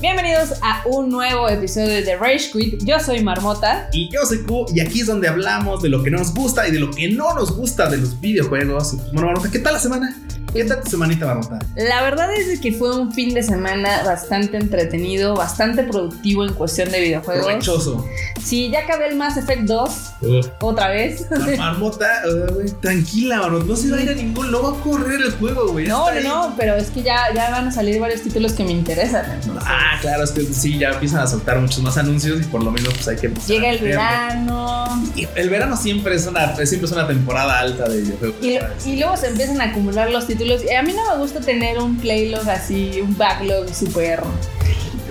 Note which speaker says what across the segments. Speaker 1: Bienvenidos a un nuevo episodio de Rage Quit. Yo soy Marmota.
Speaker 2: Y yo soy Q, y aquí es donde hablamos de lo que nos gusta y de lo que no nos gusta de los videojuegos. Y pues, bueno, Marmota, ¿qué tal la semana? ¿Qué tal tu semanita, Marmota?
Speaker 1: La verdad es que fue un fin de semana bastante entretenido, bastante productivo en cuestión de videojuegos.
Speaker 2: Provechoso.
Speaker 1: Sí, ya acabé el Mass Effect 2
Speaker 2: Ugh.
Speaker 1: otra vez.
Speaker 2: La marmota, ay, tranquila, Marmota, no se va a ir a ningún, no va a correr el juego, güey.
Speaker 1: No,
Speaker 2: Está
Speaker 1: no, no, pero es que ya, ya van a salir varios títulos que me interesan.
Speaker 2: ahí.
Speaker 1: entonces.
Speaker 2: Ah, claro, es que sí, ya empiezan a soltar muchos más anuncios y por lo menos pues hay que empezar
Speaker 1: Llega
Speaker 2: a
Speaker 1: el
Speaker 2: meterle.
Speaker 1: verano.
Speaker 2: Y El verano siempre es una, siempre es una temporada alta de videojuegos.
Speaker 1: Y,
Speaker 2: ¿sabes?
Speaker 1: y luego se empiezan a acumular los títulos. Y a mí no me gusta tener un playlog así, un backlog súper.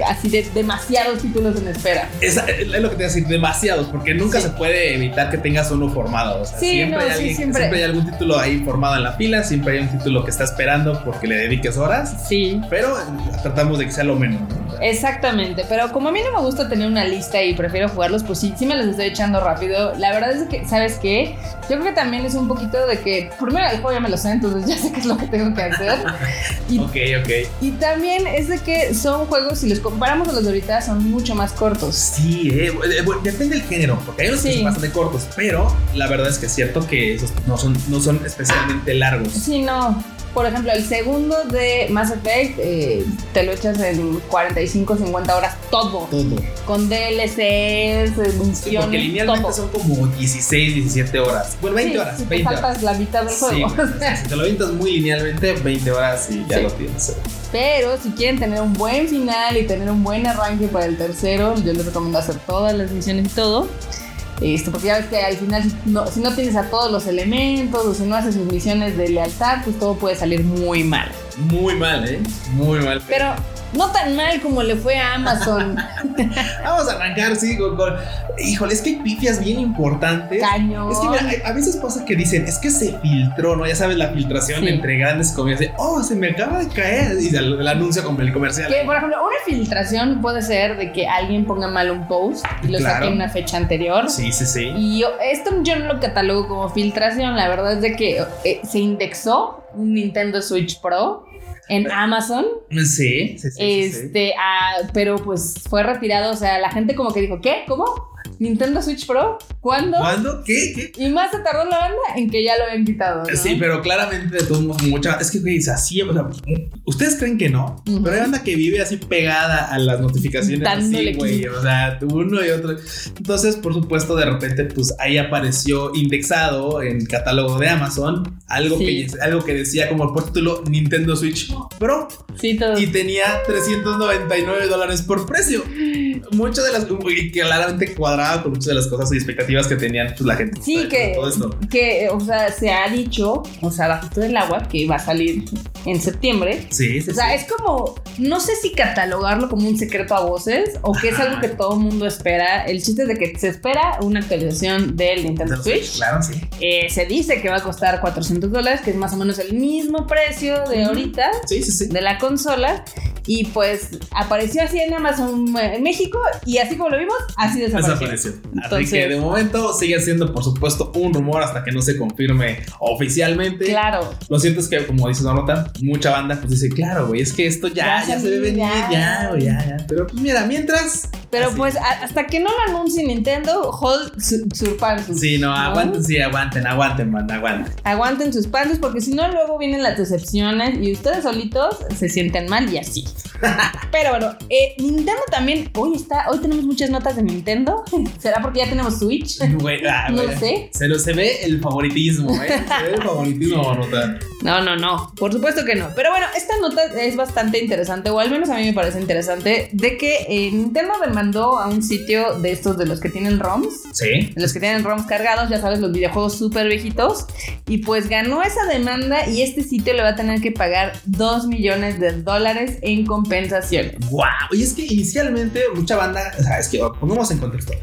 Speaker 1: Así de demasiados títulos en espera.
Speaker 2: Esa- Es, lo que te voy a decir, demasiados, porque nunca
Speaker 1: Sí.
Speaker 2: se puede evitar que tengas uno formado. O sea,
Speaker 1: Sí,
Speaker 2: siempre,
Speaker 1: no,
Speaker 2: hay
Speaker 1: sí,
Speaker 2: alguien-
Speaker 1: siempre.
Speaker 2: siempre hay algún título ahí formado en la pila, siempre hay un título que está esperando porque le dediques horas,
Speaker 1: Sí.
Speaker 2: pero tratamos de que sea lo menos. ¿no? O
Speaker 1: Eh.
Speaker 2: sea,
Speaker 1: Exactamente, pero como a mí no me gusta tener una lista y prefiero jugarlos, pues sí, sí me los estoy echando rápido. La verdad es que, ¿sabes qué? Yo creo que también es un poquito de que, primero el juego ya me lo sé, entonces ya sé qué es lo que tengo que hacer. Y-
Speaker 2: Ok, ok.
Speaker 1: Y también es de que son juegos, si los comparamos a los de ahorita, son mucho más cortos.
Speaker 2: Sí, eh, eh, bueno, depende del género, porque hay unos que
Speaker 1: Sí.
Speaker 2: son bastante cortos, pero la verdad es que es cierto que esos no son, no son especialmente largos.
Speaker 1: Sí, no. Por ejemplo, el segundo de Mass Effect eh, te lo echas en 45, 50 horas todo.
Speaker 2: Todo.
Speaker 1: Con DLCs, misiones,
Speaker 2: Sí, porque linealmente
Speaker 1: todo.
Speaker 2: son como 16, 17 horas. Bueno, 20
Speaker 1: Sí,
Speaker 2: horas.
Speaker 1: si te
Speaker 2: 20 horas.
Speaker 1: saltas la mitad del
Speaker 2: Sí,
Speaker 1: juego.
Speaker 2: güey, o sea, si te lo avientas muy linealmente, 20 horas y ya
Speaker 1: Sí.
Speaker 2: lo tienes. eh.
Speaker 1: Pero si quieren tener un buen final y tener un buen arranque para el tercero, yo les recomiendo hacer todas las misiones y todo. Esto, porque ya ves que al final, si no, si no tienes a todos los elementos o si no haces sus misiones de lealtad, pues todo puede salir muy mal.
Speaker 2: Muy mal, ¿eh? Muy mal.
Speaker 1: Pero no tan mal como le fue a Amazon.
Speaker 2: Vamos a arrancar, sí, con, con- Híjole, es que hay pifias bien importantes.
Speaker 1: Cañón.
Speaker 2: Es que mira, a a veces pasa que dicen, es que se filtró, ¿no? Ya sabes, la filtración
Speaker 1: Sí.
Speaker 2: entre grandes comillas de, oh, se me acaba de caer. Y el, el anuncio con el comercial.
Speaker 1: Que, por ejemplo, una filtración puede ser de que alguien ponga mal un post y lo
Speaker 2: Claro.
Speaker 1: saque en una fecha anterior.
Speaker 2: Sí, sí, sí.
Speaker 1: Y yo- esto yo no lo catalogo como filtración, la verdad es de que eh, se indexó un Nintendo Switch Pro en Amazon,
Speaker 2: Sí, sí, sí. sí, sí.
Speaker 1: este, ah, pero pues fue retirado, o sea, la gente como que dijo, ¿qué? ¿Cómo? ¿Nintendo Switch Pro? ¿Cuándo?
Speaker 2: ¿Cuándo? ¿Qué? ¿Qué?
Speaker 1: Y más se tardó la banda en que ya lo habían quitado. ¿no?
Speaker 2: Sí, pero claramente de todos modos mucha. Es que güey, es así, o sea, ustedes creen que no,
Speaker 1: Ujú.
Speaker 2: pero hay banda que vive así pegada a las notificaciones
Speaker 1: Dándole
Speaker 2: así, güey.
Speaker 1: clic.
Speaker 2: O sea, uno y otro. Entonces, por supuesto, de repente, pues ahí apareció indexado en el catálogo de Amazon. Algo,
Speaker 1: Sí.
Speaker 2: que, algo que decía como por título Nintendo Switch Pro.
Speaker 1: Sí, todo.
Speaker 2: Y tenía 399 dólares por precio. Muchas de las. Y claramente cuadraba con muchas de las cosas y expectativas que tenían pues, la gente.
Speaker 1: Sí, que-
Speaker 2: Todo esto.
Speaker 1: Que, o sea, se ha dicho, o sea, bajito del agua, que va a salir en septiembre.
Speaker 2: Sí, sí,
Speaker 1: O sea,
Speaker 2: sí.
Speaker 1: es como, no sé si catalogarlo como un secreto a voces o que es algo que todo el mundo espera. El chiste es de que se espera una actualización del Nintendo Switch.
Speaker 2: Claro, sí.
Speaker 1: Eh, se dice que va a costar 400 dólares, que es más o menos el mismo precio de ahorita
Speaker 2: Sí, sí, sí.
Speaker 1: de la consola. Y pues apareció así en Amazon eh, en México y así como lo vimos, así desapareció.
Speaker 2: Desapareció. Así
Speaker 1: Entonces-
Speaker 2: que de momento sigue siendo, por supuesto, un rumor hasta que no se confirme oficialmente.
Speaker 1: Claro,
Speaker 2: Lo cierto es que, como dices, nota, mucha banda pues dice, claro, güey, es que esto ya,
Speaker 1: Ya
Speaker 2: ya, se ve
Speaker 1: sabía,
Speaker 2: venir,
Speaker 1: ya".
Speaker 2: ya, güey, ya, ya. Pero pues mira, mientras.
Speaker 1: pero
Speaker 2: así.
Speaker 1: pues a- hasta que no lo anuncie Nintendo, hold su- su pants.
Speaker 2: pues, Sí, no, aguanten, sí, aguanten, aguanten, banda, aguanten.
Speaker 1: Aguanten sus panties porque si no luego vienen las decepciones y ustedes solitos se sienten mal y así. Pero bueno, eh, Nintendo también, hoy está, hoy tenemos muchas notas de Nintendo. ¿Será porque ya tenemos Switch?
Speaker 2: Güey, ah,
Speaker 1: No
Speaker 2: güey.
Speaker 1: sé.
Speaker 2: Se, lo- se ve el favoritismo, ¿eh? Se ve el favoritismo, nota.
Speaker 1: No, no, no, por supuesto que no. Pero bueno, esta nota es bastante interesante, o al menos a mí me parece interesante, de que eh, Nintendo demandó a un sitio de estos de los que tienen ROMs.
Speaker 2: Sí.
Speaker 1: de los que tienen ROMs cargados, ya sabes, los videojuegos súper viejitos. Y pues ganó esa demanda y este sitio le va a tener que pagar 2 millones de dólares en compensaciones.
Speaker 2: Wow. Y es que inicialmente mucha banda, o sea, es que pongamos en contexto.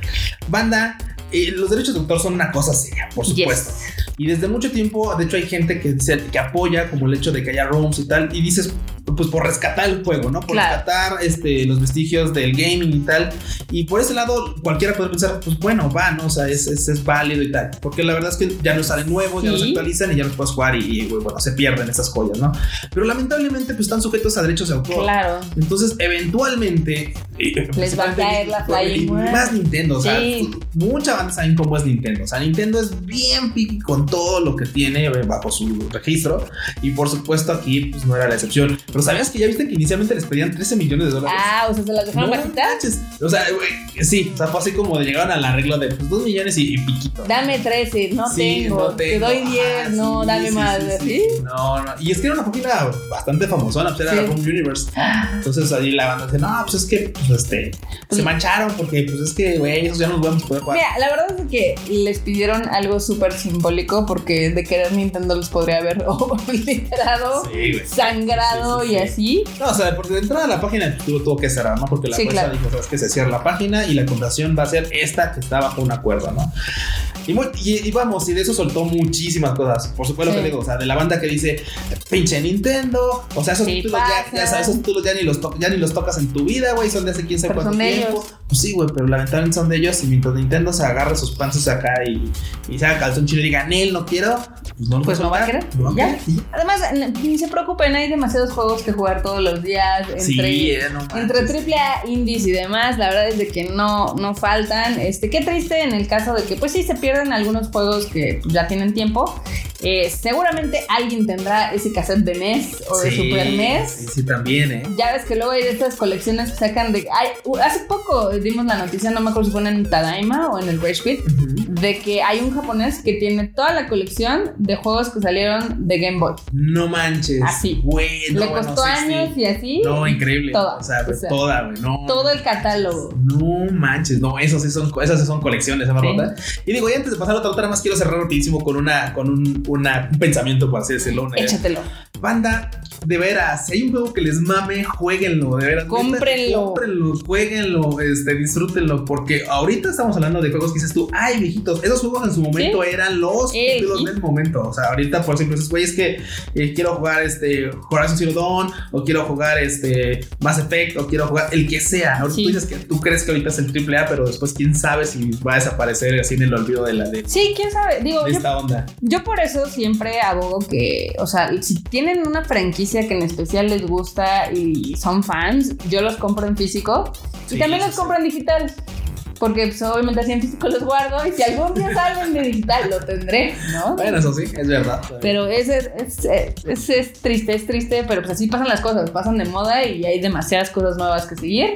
Speaker 2: Banda, eh, los derechos de autor son una cosa seria, por
Speaker 1: Yes.
Speaker 2: supuesto. Y desde mucho tiempo, de hecho, hay gente que, dice- que apoya como el hecho de que haya ROMs y tal. Y dices, pues por rescatar el juego, ¿no? Por
Speaker 1: Claro.
Speaker 2: rescatar este, los vestigios del gaming y tal. Y por ese lado, cualquiera puede pensar, pues bueno, va, ¿no? O sea, es, es, es válido y tal. Porque la verdad es que ya no salen nuevos, ya los
Speaker 1: Sí.
Speaker 2: actualizan y ya los puedes jugar y, y, bueno, se pierden esas joyas, ¿no? Pero lamentablemente, pues están sujetos a derechos de autor.
Speaker 1: Claro.
Speaker 2: Entonces, eventualmente eh,
Speaker 1: Les va a caer la
Speaker 2: y
Speaker 1: flying web.
Speaker 2: Más Nintendo, o sea,
Speaker 1: Sí.
Speaker 2: mucha banda sabe cómo es Nintendo. O sea, Nintendo es bien picky con todo lo que tiene eh, bajo su registro. Y por supuesto, aquí pues, no era la excepción. Pero sabías que ya viste que inicialmente les pedían 13 millones de dólares.
Speaker 1: Ah, o sea, se las dejaron
Speaker 2: No
Speaker 1: bajitas.
Speaker 2: manches. O sea, güey, sí, o sea, fue así como de llegaron a la regla de pues, 2 millones y, y piquito.
Speaker 1: Dame 13, no,
Speaker 2: Sí,
Speaker 1: tengo.
Speaker 2: no
Speaker 1: Te doy
Speaker 2: tengo.
Speaker 1: 10,
Speaker 2: Ah,
Speaker 1: no,
Speaker 2: sí,
Speaker 1: dame
Speaker 2: sí,
Speaker 1: más.
Speaker 2: sí, sí.
Speaker 1: ¿Sí?
Speaker 2: No, no. Y es que era una página bastante famosona, pues era
Speaker 1: Sí.
Speaker 2: la Home Universe. Entonces ahí la banda dice, no, pues es que pues, este, se mancharon porque pues es que, güey, esos ya nos vamos a poder jugar.
Speaker 1: Mira, la verdad es que les pidieron algo súper simbólico porque de querer Nintendo los podría haber obliterado,
Speaker 2: Sí, güey.
Speaker 1: sangrado
Speaker 2: Sí, sí,
Speaker 1: y
Speaker 2: sí.
Speaker 1: así.
Speaker 2: No, o sea, porque de entrada la página tuvo, tuvo que cerrar, ¿no? Porque la
Speaker 1: Sí,
Speaker 2: fuerza
Speaker 1: claro.
Speaker 2: dijo, sabes que se cierra la página y la conversación va a ser esta que está bajo un acuerdo, ¿no? Y, mu- y- y vamos, y de eso soltó muchísimas cosas. Por supuesto
Speaker 1: Sí.
Speaker 2: que digo, o sea, de la banda que dice, pinche Nintendo, o sea, esos
Speaker 1: Sí
Speaker 2: títulos ya, ya,
Speaker 1: pasa.
Speaker 2: sabes, esos títulos ya ni los, to- ya ni los tocas en tu vida, güey, son de hace quién sabe
Speaker 1: Pero
Speaker 2: cuánto
Speaker 1: son de
Speaker 2: tiempo.
Speaker 1: ellos.
Speaker 2: Pues sí, güey, pero lamentablemente son de ellos y mientras Nintendo se agarra sus panzas acá y, y se haga calzón chile y diga, Nel, no quiero, pues no lo
Speaker 1: Pues
Speaker 2: voy
Speaker 1: no va a
Speaker 2: comprar,
Speaker 1: querer,
Speaker 2: no va a
Speaker 1: ya.
Speaker 2: querer, sí.
Speaker 1: Además, n- ni se preocupen, hay demasiados juegos que jugar todos los días. Entre,
Speaker 2: Sí, eh, no
Speaker 1: Entre
Speaker 2: manches.
Speaker 1: triple A, indies y demás, la verdad es de que no, no faltan. Este, qué triste en el caso de que, pues sí, se pierden algunos juegos que pues, ya tienen tiempo. Eh, seguramente alguien tendrá ese cassette de NES o de
Speaker 2: Sí,
Speaker 1: Super NES.
Speaker 2: Sí, sí, también, ¿eh?
Speaker 1: Ya ves que luego hay de estas colecciones que sacan de... ay, u- hace poco dimos la noticia, no me acuerdo si fue en Tadaima o en el Rage Quit, de que hay un japonés que tiene toda la colección de juegos que salieron de Game Boy.
Speaker 2: No manches.
Speaker 1: Así.
Speaker 2: Güey, no,
Speaker 1: Le
Speaker 2: bueno,
Speaker 1: costó
Speaker 2: sí, sí.
Speaker 1: años y así.
Speaker 2: No, increíble.
Speaker 1: Toda,
Speaker 2: O sea,
Speaker 1: o sea,
Speaker 2: toda, güey. No.
Speaker 1: todo el catálogo.
Speaker 2: No manches, no, esas sí son, esas sí son colecciones, esa
Speaker 1: Sí.
Speaker 2: marrota. Y digo, y antes de pasar a otra, otra más quiero cerrar rapidísimo con una, con un, una- un pensamiento, por así decirlo. una idea.
Speaker 1: Échatelo.
Speaker 2: Banda, de veras, si hay un juego que les mame, jueguenlo, de veras.
Speaker 1: Cómprenlo.
Speaker 2: Cómprenlo, jueguenlo, este, disfrútenlo, porque ahorita estamos hablando de juegos que dices tú, ay, viejitos, esos juegos en su momento eran los
Speaker 1: Eh,
Speaker 2: títulos
Speaker 1: sí.
Speaker 2: del momento. O sea, ahorita, por ejemplo, esos güeyes que eh, quiero jugar este Horizon Zero Dawn, o quiero jugar este Mass Effect, o quiero jugar el que sea. Ahorita
Speaker 1: Sí.
Speaker 2: tú dices que tú crees que ahorita es el AAA, pero después quién sabe si va a desaparecer así en el olvido de la de,
Speaker 1: Sí, quién sabe. Digo,
Speaker 2: de
Speaker 1: yo,
Speaker 2: esta onda.
Speaker 1: yo por eso siempre abogo que, o sea, si tienen una franquicia que en especial les gusta y son fans, yo los compro en físico y
Speaker 2: Sí,
Speaker 1: también
Speaker 2: sí,
Speaker 1: los
Speaker 2: sí.
Speaker 1: compro en digital. Porque pues, obviamente así en físico los guardo y si algún día salen de digital lo tendré, ¿no?
Speaker 2: Bueno, eso sí, es verdad.
Speaker 1: Pero es, es, es- es- es triste, es triste, pero pues así pasan las cosas, pasan de moda y hay demasiadas cosas nuevas que seguir.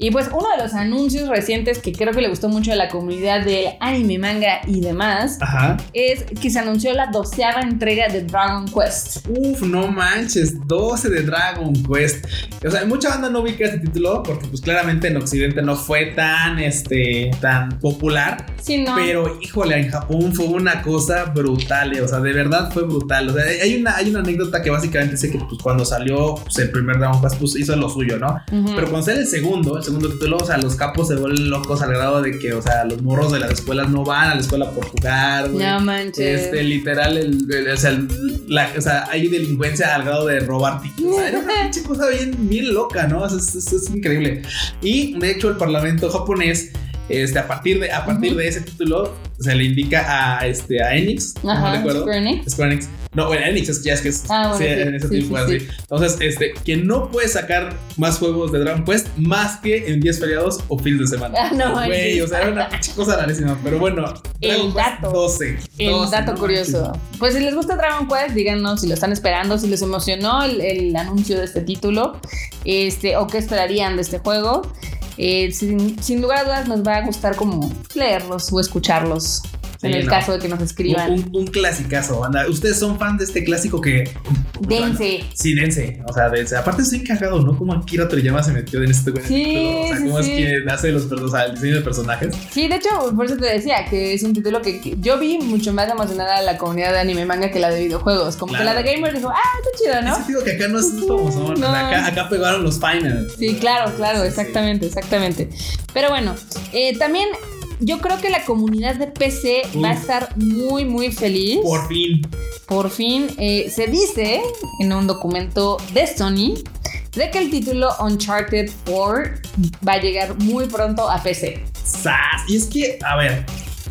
Speaker 1: Y pues uno de los anuncios recientes que creo que le gustó mucho a la comunidad del anime, manga y demás
Speaker 2: Ajá.
Speaker 1: es que se anunció la doceava entrega de Dragon Quest.
Speaker 2: Uf, no manches, 12 de Dragon Quest. O sea, mucha banda no ubica este título porque pues claramente en Occidente no fue tan, este, tan popular.
Speaker 1: Sí, no.
Speaker 2: Pero híjole, en Japón fue una cosa brutal, eh, o sea, de verdad fue brutal. O sea, hay una, hay una anécdota que básicamente dice que pues, cuando salió pues, el primer Dragon Quest, pues hizo lo suyo, ¿no?
Speaker 1: Ujú.
Speaker 2: Pero cuando sale el segundo, el segundo título, o sea, los capos se vuelven locos al grado de que, o sea, los morros de las escuelas no van a la escuela por jugar, güey.
Speaker 1: no manches.
Speaker 2: Este, literal, el, el- o, sea, el- la- o sea, hay delincuencia al grado de robar títulos. O sea, era una pinche cosa bien, bien loca, ¿no? O sea, es, es- es increíble. Y de hecho, el parlamento japonés, este, a partir de, a partir
Speaker 1: Ujú.
Speaker 2: de ese título, se le indica a, este, a Enix, no
Speaker 1: Ajá,
Speaker 2: recuerdo.
Speaker 1: Square Enix.
Speaker 2: Square Enix. No, bueno, Enix es que ya es que es
Speaker 1: Ah, bueno,
Speaker 2: sí,
Speaker 1: sí,
Speaker 2: en ese
Speaker 1: sí,
Speaker 2: tiempo
Speaker 1: sí,
Speaker 2: era así.
Speaker 1: sí.
Speaker 2: Entonces, este, que no puede sacar más juegos de Dragon Quest más que en 10 feriados o fines de semana.
Speaker 1: Ah, no
Speaker 2: Güey,
Speaker 1: manches.
Speaker 2: o sea, era una pinche cosa rarísima, pero bueno.
Speaker 1: El
Speaker 2: Dragon Quest
Speaker 1: dato.
Speaker 2: 12.
Speaker 1: El
Speaker 2: 12,
Speaker 1: dato
Speaker 2: no
Speaker 1: curioso.
Speaker 2: manches.
Speaker 1: Pues si les gusta Dragon Quest, díganos si lo están esperando, si les emocionó el, el anuncio de este título, este, o qué esperarían de este juego. Eh, sin, sin lugar a dudas nos va a gustar como leerlos o escucharlos
Speaker 2: Sí,
Speaker 1: en el
Speaker 2: no.
Speaker 1: caso de que nos escriban.
Speaker 2: Un, un- un clasicazo, banda. Ustedes son fan de este clásico que.
Speaker 1: Dense.
Speaker 2: Sí, dense. O sea, dense. Aparte, estoy encajado, ¿no? Como Akira Toriyama se metió en este güey.
Speaker 1: Sí,
Speaker 2: título. O sea,
Speaker 1: sí,
Speaker 2: cómo
Speaker 1: sí.
Speaker 2: es que hace los per- o sea, el diseño de personajes.
Speaker 1: Sí, de hecho, por eso te decía que es un título que que yo vi mucho más emocionada a la comunidad de anime manga que la de videojuegos. Como que
Speaker 2: Claro.
Speaker 1: la de gamer dijo, ah, está chido,
Speaker 2: ¿No?
Speaker 1: ¿no?
Speaker 2: Sí, digo que acá no es famoso.
Speaker 1: No.
Speaker 2: Acá, acá pegaron los finals.
Speaker 1: Sí, claro, claro,
Speaker 2: Sí, sí.
Speaker 1: exactamente, exactamente. Pero bueno, eh, también yo creo que la comunidad de PC
Speaker 2: Uf.
Speaker 1: va a estar muy, muy feliz.
Speaker 2: Por fin.
Speaker 1: por fin eh, se dice en un documento de Sony de que el título Uncharted 4 va a llegar muy pronto a PC.
Speaker 2: ¡Sas! Y es que, a ver,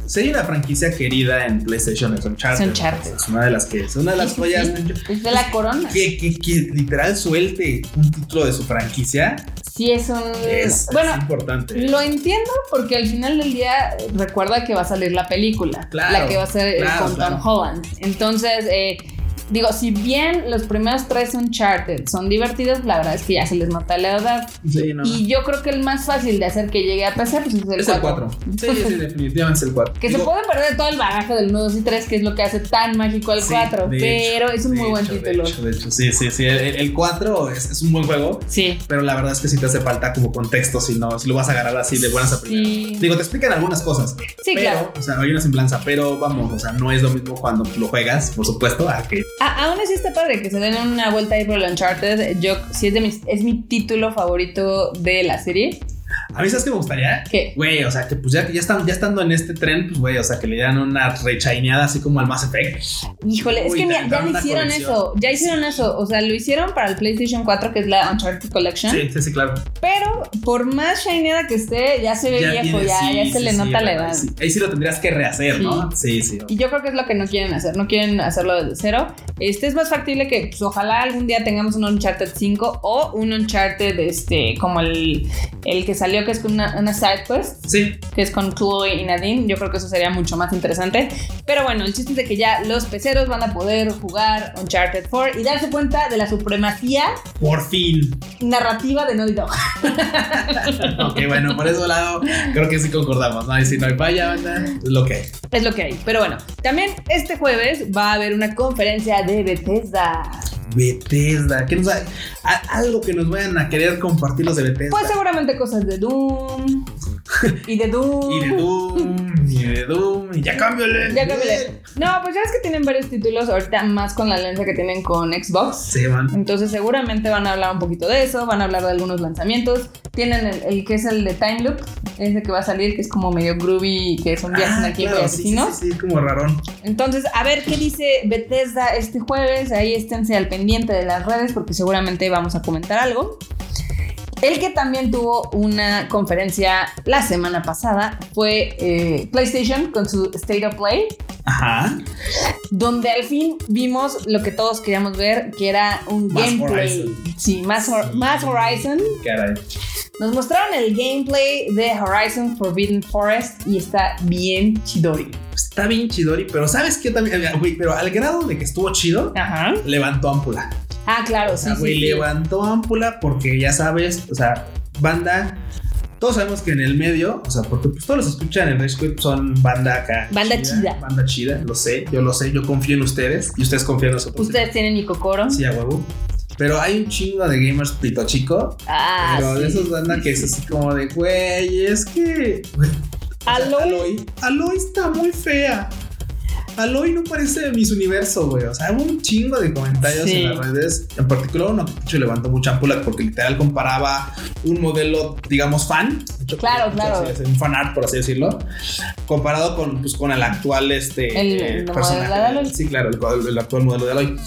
Speaker 2: si hay una franquicia querida en PlayStation, es Uncharted.
Speaker 1: Es Uncharted.
Speaker 2: Es una de las que, es una de las
Speaker 1: Sí,
Speaker 2: joyas.
Speaker 1: sí, sí. Es de la corona.
Speaker 2: Que, que, que literal suelte un título de su franquicia
Speaker 1: Sí, es un.
Speaker 2: es,
Speaker 1: bueno,
Speaker 2: es importante.
Speaker 1: Lo entiendo porque al final del día eh, recuerda que va a salir la película,
Speaker 2: Claro,
Speaker 1: la que va a ser eh,
Speaker 2: claro,
Speaker 1: con
Speaker 2: claro.
Speaker 1: Tom Holland. Entonces, eh, digo, si bien los primeros tres son charted, son divertidos, la verdad es que ya se les nota la edad.
Speaker 2: Sí, no.
Speaker 1: Y yo creo que el más fácil de hacer que llegue a PC pues, es el
Speaker 2: es el
Speaker 1: 4.
Speaker 2: 4. Sí, sí, definitivamente es el 4.
Speaker 1: Que se puede perder todo el bagaje del 1, 2 y 3, que es lo que hace tan mágico al 4, pero es un muy buen título.
Speaker 2: De hecho, de hecho, sí, sí, sí. El, el 4 es, es un buen juego,
Speaker 1: Sí.
Speaker 2: pero la verdad es que sí te hace falta como contexto si no, si lo vas a agarrar así de buenas a primeras.
Speaker 1: Sí.
Speaker 2: Digo, te explican algunas cosas.
Speaker 1: Sí,
Speaker 2: pero,
Speaker 1: claro.
Speaker 2: O sea, hay una semblanza, pero vamos, o sea, no es lo mismo cuando lo juegas, por supuesto, a que
Speaker 1: A- aún así está padre que se den una vuelta ahí por el Uncharted. Yo, sí, es, de mis- es mi título favorito de la serie.
Speaker 2: A mí, ¿sabes qué me gustaría?
Speaker 1: ¿Qué?
Speaker 2: Güey, o sea, que pues ya, ya, están, ya estando en este tren, pues güey, o sea, que le dan una rechaineada así como al Mass Effect.
Speaker 1: Híjole, es
Speaker 2: Uy,
Speaker 1: que
Speaker 2: te
Speaker 1: mira, ya
Speaker 2: aventaron
Speaker 1: lo
Speaker 2: una
Speaker 1: hicieron
Speaker 2: colección.
Speaker 1: eso, ya hicieron eso, o sea, lo hicieron para el PlayStation 4, que es la Uncharted Collection,
Speaker 2: Sí, sí, sí, claro.
Speaker 1: pero por más shineada que esté, ya se ve viejo,
Speaker 2: tiene-
Speaker 1: ya,
Speaker 2: sí,
Speaker 1: ya se
Speaker 2: sí,
Speaker 1: le
Speaker 2: sí,
Speaker 1: nota la
Speaker 2: ¿verdad?
Speaker 1: edad.
Speaker 2: Sí. Ahí sí lo tendrías que rehacer, ¿no? Sí, sí.
Speaker 1: Y yo creo que es lo que no quieren hacer, no quieren hacerlo desde cero. Este es más factible que pues, ojalá algún día tengamos un Uncharted 5 o un Uncharted este, como el, el que salió, que es con una, una side quest,
Speaker 2: Sí,
Speaker 1: que es con Chloe y Nadine. Yo creo que eso sería mucho más interesante. Pero bueno, el chiste es de que ya los peceros van a poder jugar Uncharted 4 y darse cuenta de la supremacía
Speaker 2: por fin.
Speaker 1: narrativa de Naughty Dog.
Speaker 2: ok, bueno, por ese lado, creo que sí concordamos, ¿no? Y si no hay falla, banda, es lo que hay.
Speaker 1: Es lo que hay. Pero bueno, también este jueves va a haber una conferencia de Bethesda.
Speaker 2: Bethesda, ¿qué nos ha- a- Algo que nos vayan a querer compartir los de Bethesda.
Speaker 1: Pues seguramente cosas de Doom. Y de Doom.
Speaker 2: y de Doom, y de Doom, y ya cámbiale.
Speaker 1: Ya cámbiale. No, pues ya ves que tienen varios títulos ahorita más con la alianza que tienen con Xbox.
Speaker 2: Se van.
Speaker 1: Entonces seguramente van a hablar un poquito de eso, van a hablar de algunos lanzamientos. Tienen el, el que es el de Time Loop, ese que va a salir, que es como medio groovy, que son viajes
Speaker 2: Ah,
Speaker 1: aquí
Speaker 2: claro,
Speaker 1: de
Speaker 2: sí, sí,
Speaker 1: asesinos.
Speaker 2: sí, sí, como rarón.
Speaker 1: Entonces, a ver qué dice Bethesda este jueves. Ahí esténse al pendiente de las redes porque seguramente vamos a comentar algo. El que también tuvo una conferencia la semana pasada fue eh, PlayStation con su State of Play
Speaker 2: Ajá.
Speaker 1: donde al fin vimos lo que todos queríamos ver, que era un
Speaker 2: Más
Speaker 1: gameplay.
Speaker 2: Horizon.
Speaker 1: Sí, más, Hor- más Horizon.
Speaker 2: Caray.
Speaker 1: Nos mostraron el gameplay de Horizon Forbidden Forest y está bien chidori.
Speaker 2: Está bien chidori, pero ¿sabes qué también? Güey, pero al grado de que estuvo chido,
Speaker 1: Ajá.
Speaker 2: levantó ámpula.
Speaker 1: Ah, claro,
Speaker 2: O
Speaker 1: sí,
Speaker 2: sea,
Speaker 1: sí,
Speaker 2: güey,
Speaker 1: sí.
Speaker 2: levantó ámpula porque ya sabes, o sea, banda. Todos sabemos que en el medio, o sea, porque pues todos los escuchan en Rage Quit son banda acá.
Speaker 1: Banda chida.
Speaker 2: Banda chida, lo sé, yo lo sé, yo confío en ustedes y ustedes confían en nosotros.
Speaker 1: Ustedes tienen mi cocoro.
Speaker 2: Sí, a huevo. Pero hay un chingo de gamers pito chico
Speaker 1: Ah,
Speaker 2: pero de
Speaker 1: sí.
Speaker 2: esos banda que es así como de, güey, es que. güey,
Speaker 1: Aloy.
Speaker 2: Aloy. Aloy está muy fea. Aloy no parece de mis universo, güey. O sea, hubo un chingo de comentarios
Speaker 1: Sí.
Speaker 2: en las redes. En particular, uno que de hecho levantó mucha ampula porque literal comparaba un modelo, digamos, fan. De hecho,
Speaker 1: Claro,
Speaker 2: por
Speaker 1: claro.
Speaker 2: así decirlo, Un fan art, por así decirlo. Comparado con, pues, con el actual este,
Speaker 1: El- el modelo de Aloy.
Speaker 2: Sí, claro, el- el actual modelo de Aloy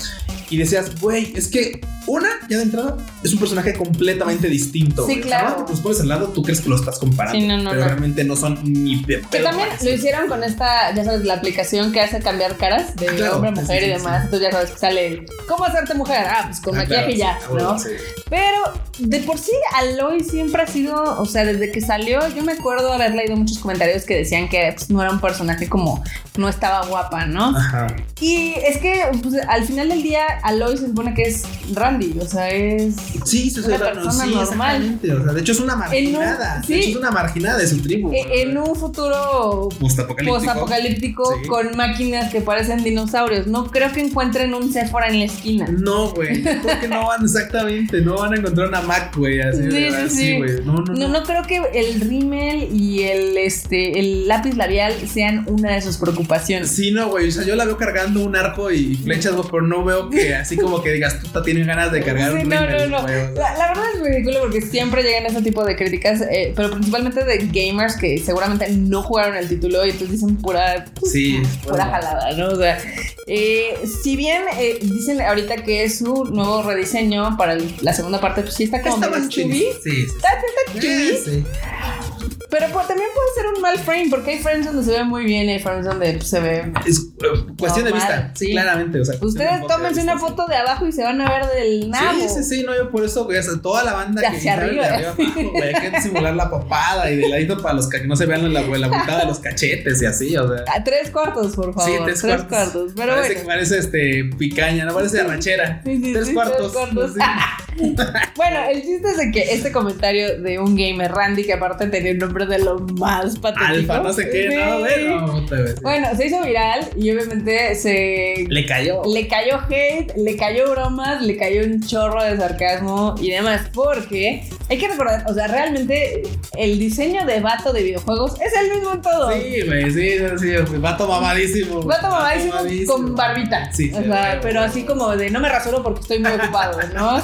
Speaker 2: y decías, güey, es que una, ya de entrada, es un personaje completamente distinto.
Speaker 1: Sí,
Speaker 2: güey. O sea, Pues,
Speaker 1: claro.
Speaker 2: ahora que los pones al lado, tú crees que lo estás comparando.
Speaker 1: Sí, no, no,
Speaker 2: pero
Speaker 1: no.
Speaker 2: realmente no son ni de
Speaker 1: Que
Speaker 2: pedo
Speaker 1: también lo
Speaker 2: parecidos.
Speaker 1: hicieron con esta, ya sabes, la aplicación que hace cambiar caras de
Speaker 2: Ah, claro.
Speaker 1: hombre a
Speaker 2: Sí,
Speaker 1: mujer
Speaker 2: sí,
Speaker 1: y
Speaker 2: sí,
Speaker 1: demás.
Speaker 2: sí.
Speaker 1: Entonces ya sabes que sale, ¿cómo hacerte mujer? Ah, pues con
Speaker 2: Ah,
Speaker 1: maquillaje
Speaker 2: claro,
Speaker 1: y ya,
Speaker 2: sí,
Speaker 1: ¿no?
Speaker 2: bueno, sí.
Speaker 1: Pero de por sí Aloy siempre ha sido, o sea, desde que salió, yo me acuerdo haber leído muchos comentarios que decían que pues, no era un personaje como no estaba guapa, ¿no?
Speaker 2: Ajá.
Speaker 1: Y es que pues, al final del día Aloy se supone que es Randy, o sea, es...
Speaker 2: Sí, sí, sí,
Speaker 1: Una
Speaker 2: no,
Speaker 1: persona
Speaker 2: sí,
Speaker 1: normal.
Speaker 2: exactamente. O sea, de hecho es una marginada.
Speaker 1: sí.
Speaker 2: De hecho es una marginada de su tribu.
Speaker 1: e- En un futuro
Speaker 2: Postapocalíptico.
Speaker 1: posapocalíptico
Speaker 2: Sí.
Speaker 1: con máquinas que parecen dinosaurios, no creo que encuentren un Sephora en la esquina.
Speaker 2: No, güey. Porque no van exactamente. No van a encontrar una Mac, güey. Así
Speaker 1: Sí,
Speaker 2: de
Speaker 1: sí,
Speaker 2: verdad,
Speaker 1: sí.
Speaker 2: sí, güey. No, no,
Speaker 1: No, no creo que el rímel y el este el lápiz labial sean una de sus preocupaciones.
Speaker 2: Sí, no, güey. O sea, yo la veo cargando un arco y flechas, güey, pero no veo que que así como que digas, tú tienes ganas de cargar
Speaker 1: Sí,
Speaker 2: un
Speaker 1: no, no,
Speaker 2: rímel,
Speaker 1: no.
Speaker 2: güey, o sea.
Speaker 1: La, la verdad es ridículo porque siempre llegan ese tipo de críticas, eh, pero principalmente de gamers que seguramente no jugaron el título y entonces dicen pura, pues,
Speaker 2: Sí,
Speaker 1: pura
Speaker 2: bueno.
Speaker 1: jalada, ¿no? O sea, eh, si bien eh, dicen ahorita que es su nuevo rediseño para el- la segunda parte, pues sí está como
Speaker 2: Está
Speaker 1: medio
Speaker 2: más
Speaker 1: chubby,
Speaker 2: chido. Sí, sí, sí.
Speaker 1: Ah, chubby.
Speaker 2: Eh, sí.
Speaker 1: pero pues, también puede ser un mal frame porque hay frames donde se ve muy bien y hay frames donde pues, se ve...
Speaker 2: Es eh, cuestión de
Speaker 1: Normal,
Speaker 2: vista,
Speaker 1: sí.
Speaker 2: claramente. O sea, cuestión de
Speaker 1: Ustedes
Speaker 2: enfoque,
Speaker 1: tómense una
Speaker 2: vista, sí.
Speaker 1: foto de abajo y se van a ver del nabo.
Speaker 2: Sí, sí, sí, no, yo por eso, güey, o sea, toda la banda
Speaker 1: De
Speaker 2: que
Speaker 1: hacia
Speaker 2: sabe
Speaker 1: arriba.
Speaker 2: de arriba abajo, güey, hay que simular la papada y de ladito para los ca- que no se vean la, la puntada de los cachetes y así, o sea.
Speaker 1: Ah, Tres cuartos, por favor.
Speaker 2: Sí,
Speaker 1: tres, cuartos. Pero
Speaker 2: parece,
Speaker 1: bueno.
Speaker 2: parece este picaña, no parece ranchera.
Speaker 1: Sí, sí,
Speaker 2: tres,
Speaker 1: sí, tres
Speaker 2: cuartos.
Speaker 1: cuartos.
Speaker 2: Sí.
Speaker 1: Bueno, el chiste es de que este comentario de un gamer Randy, que aparte tenía un nombre de lo más patético.
Speaker 2: Alfa, no sé qué, no,
Speaker 1: Sí.
Speaker 2: güey, no, puta, güey, sí.
Speaker 1: Bueno, se hizo viral y obviamente se.
Speaker 2: Le cayó.
Speaker 1: Le cayó hate, le cayó bromas, le cayó un chorro de sarcasmo y demás, porque hay que recordar, o sea, realmente el diseño de vato de videojuegos es el mismo en todo.
Speaker 2: Sí, güey, sí, sí, sí, vato mamadísimo.
Speaker 1: Vato mamadísimo
Speaker 2: mamadísimo.
Speaker 1: con barbita.
Speaker 2: Ah, Sí, sí,
Speaker 1: o sea,
Speaker 2: güey.
Speaker 1: pero así como de no me rasuro porque estoy muy ocupado, ¿no?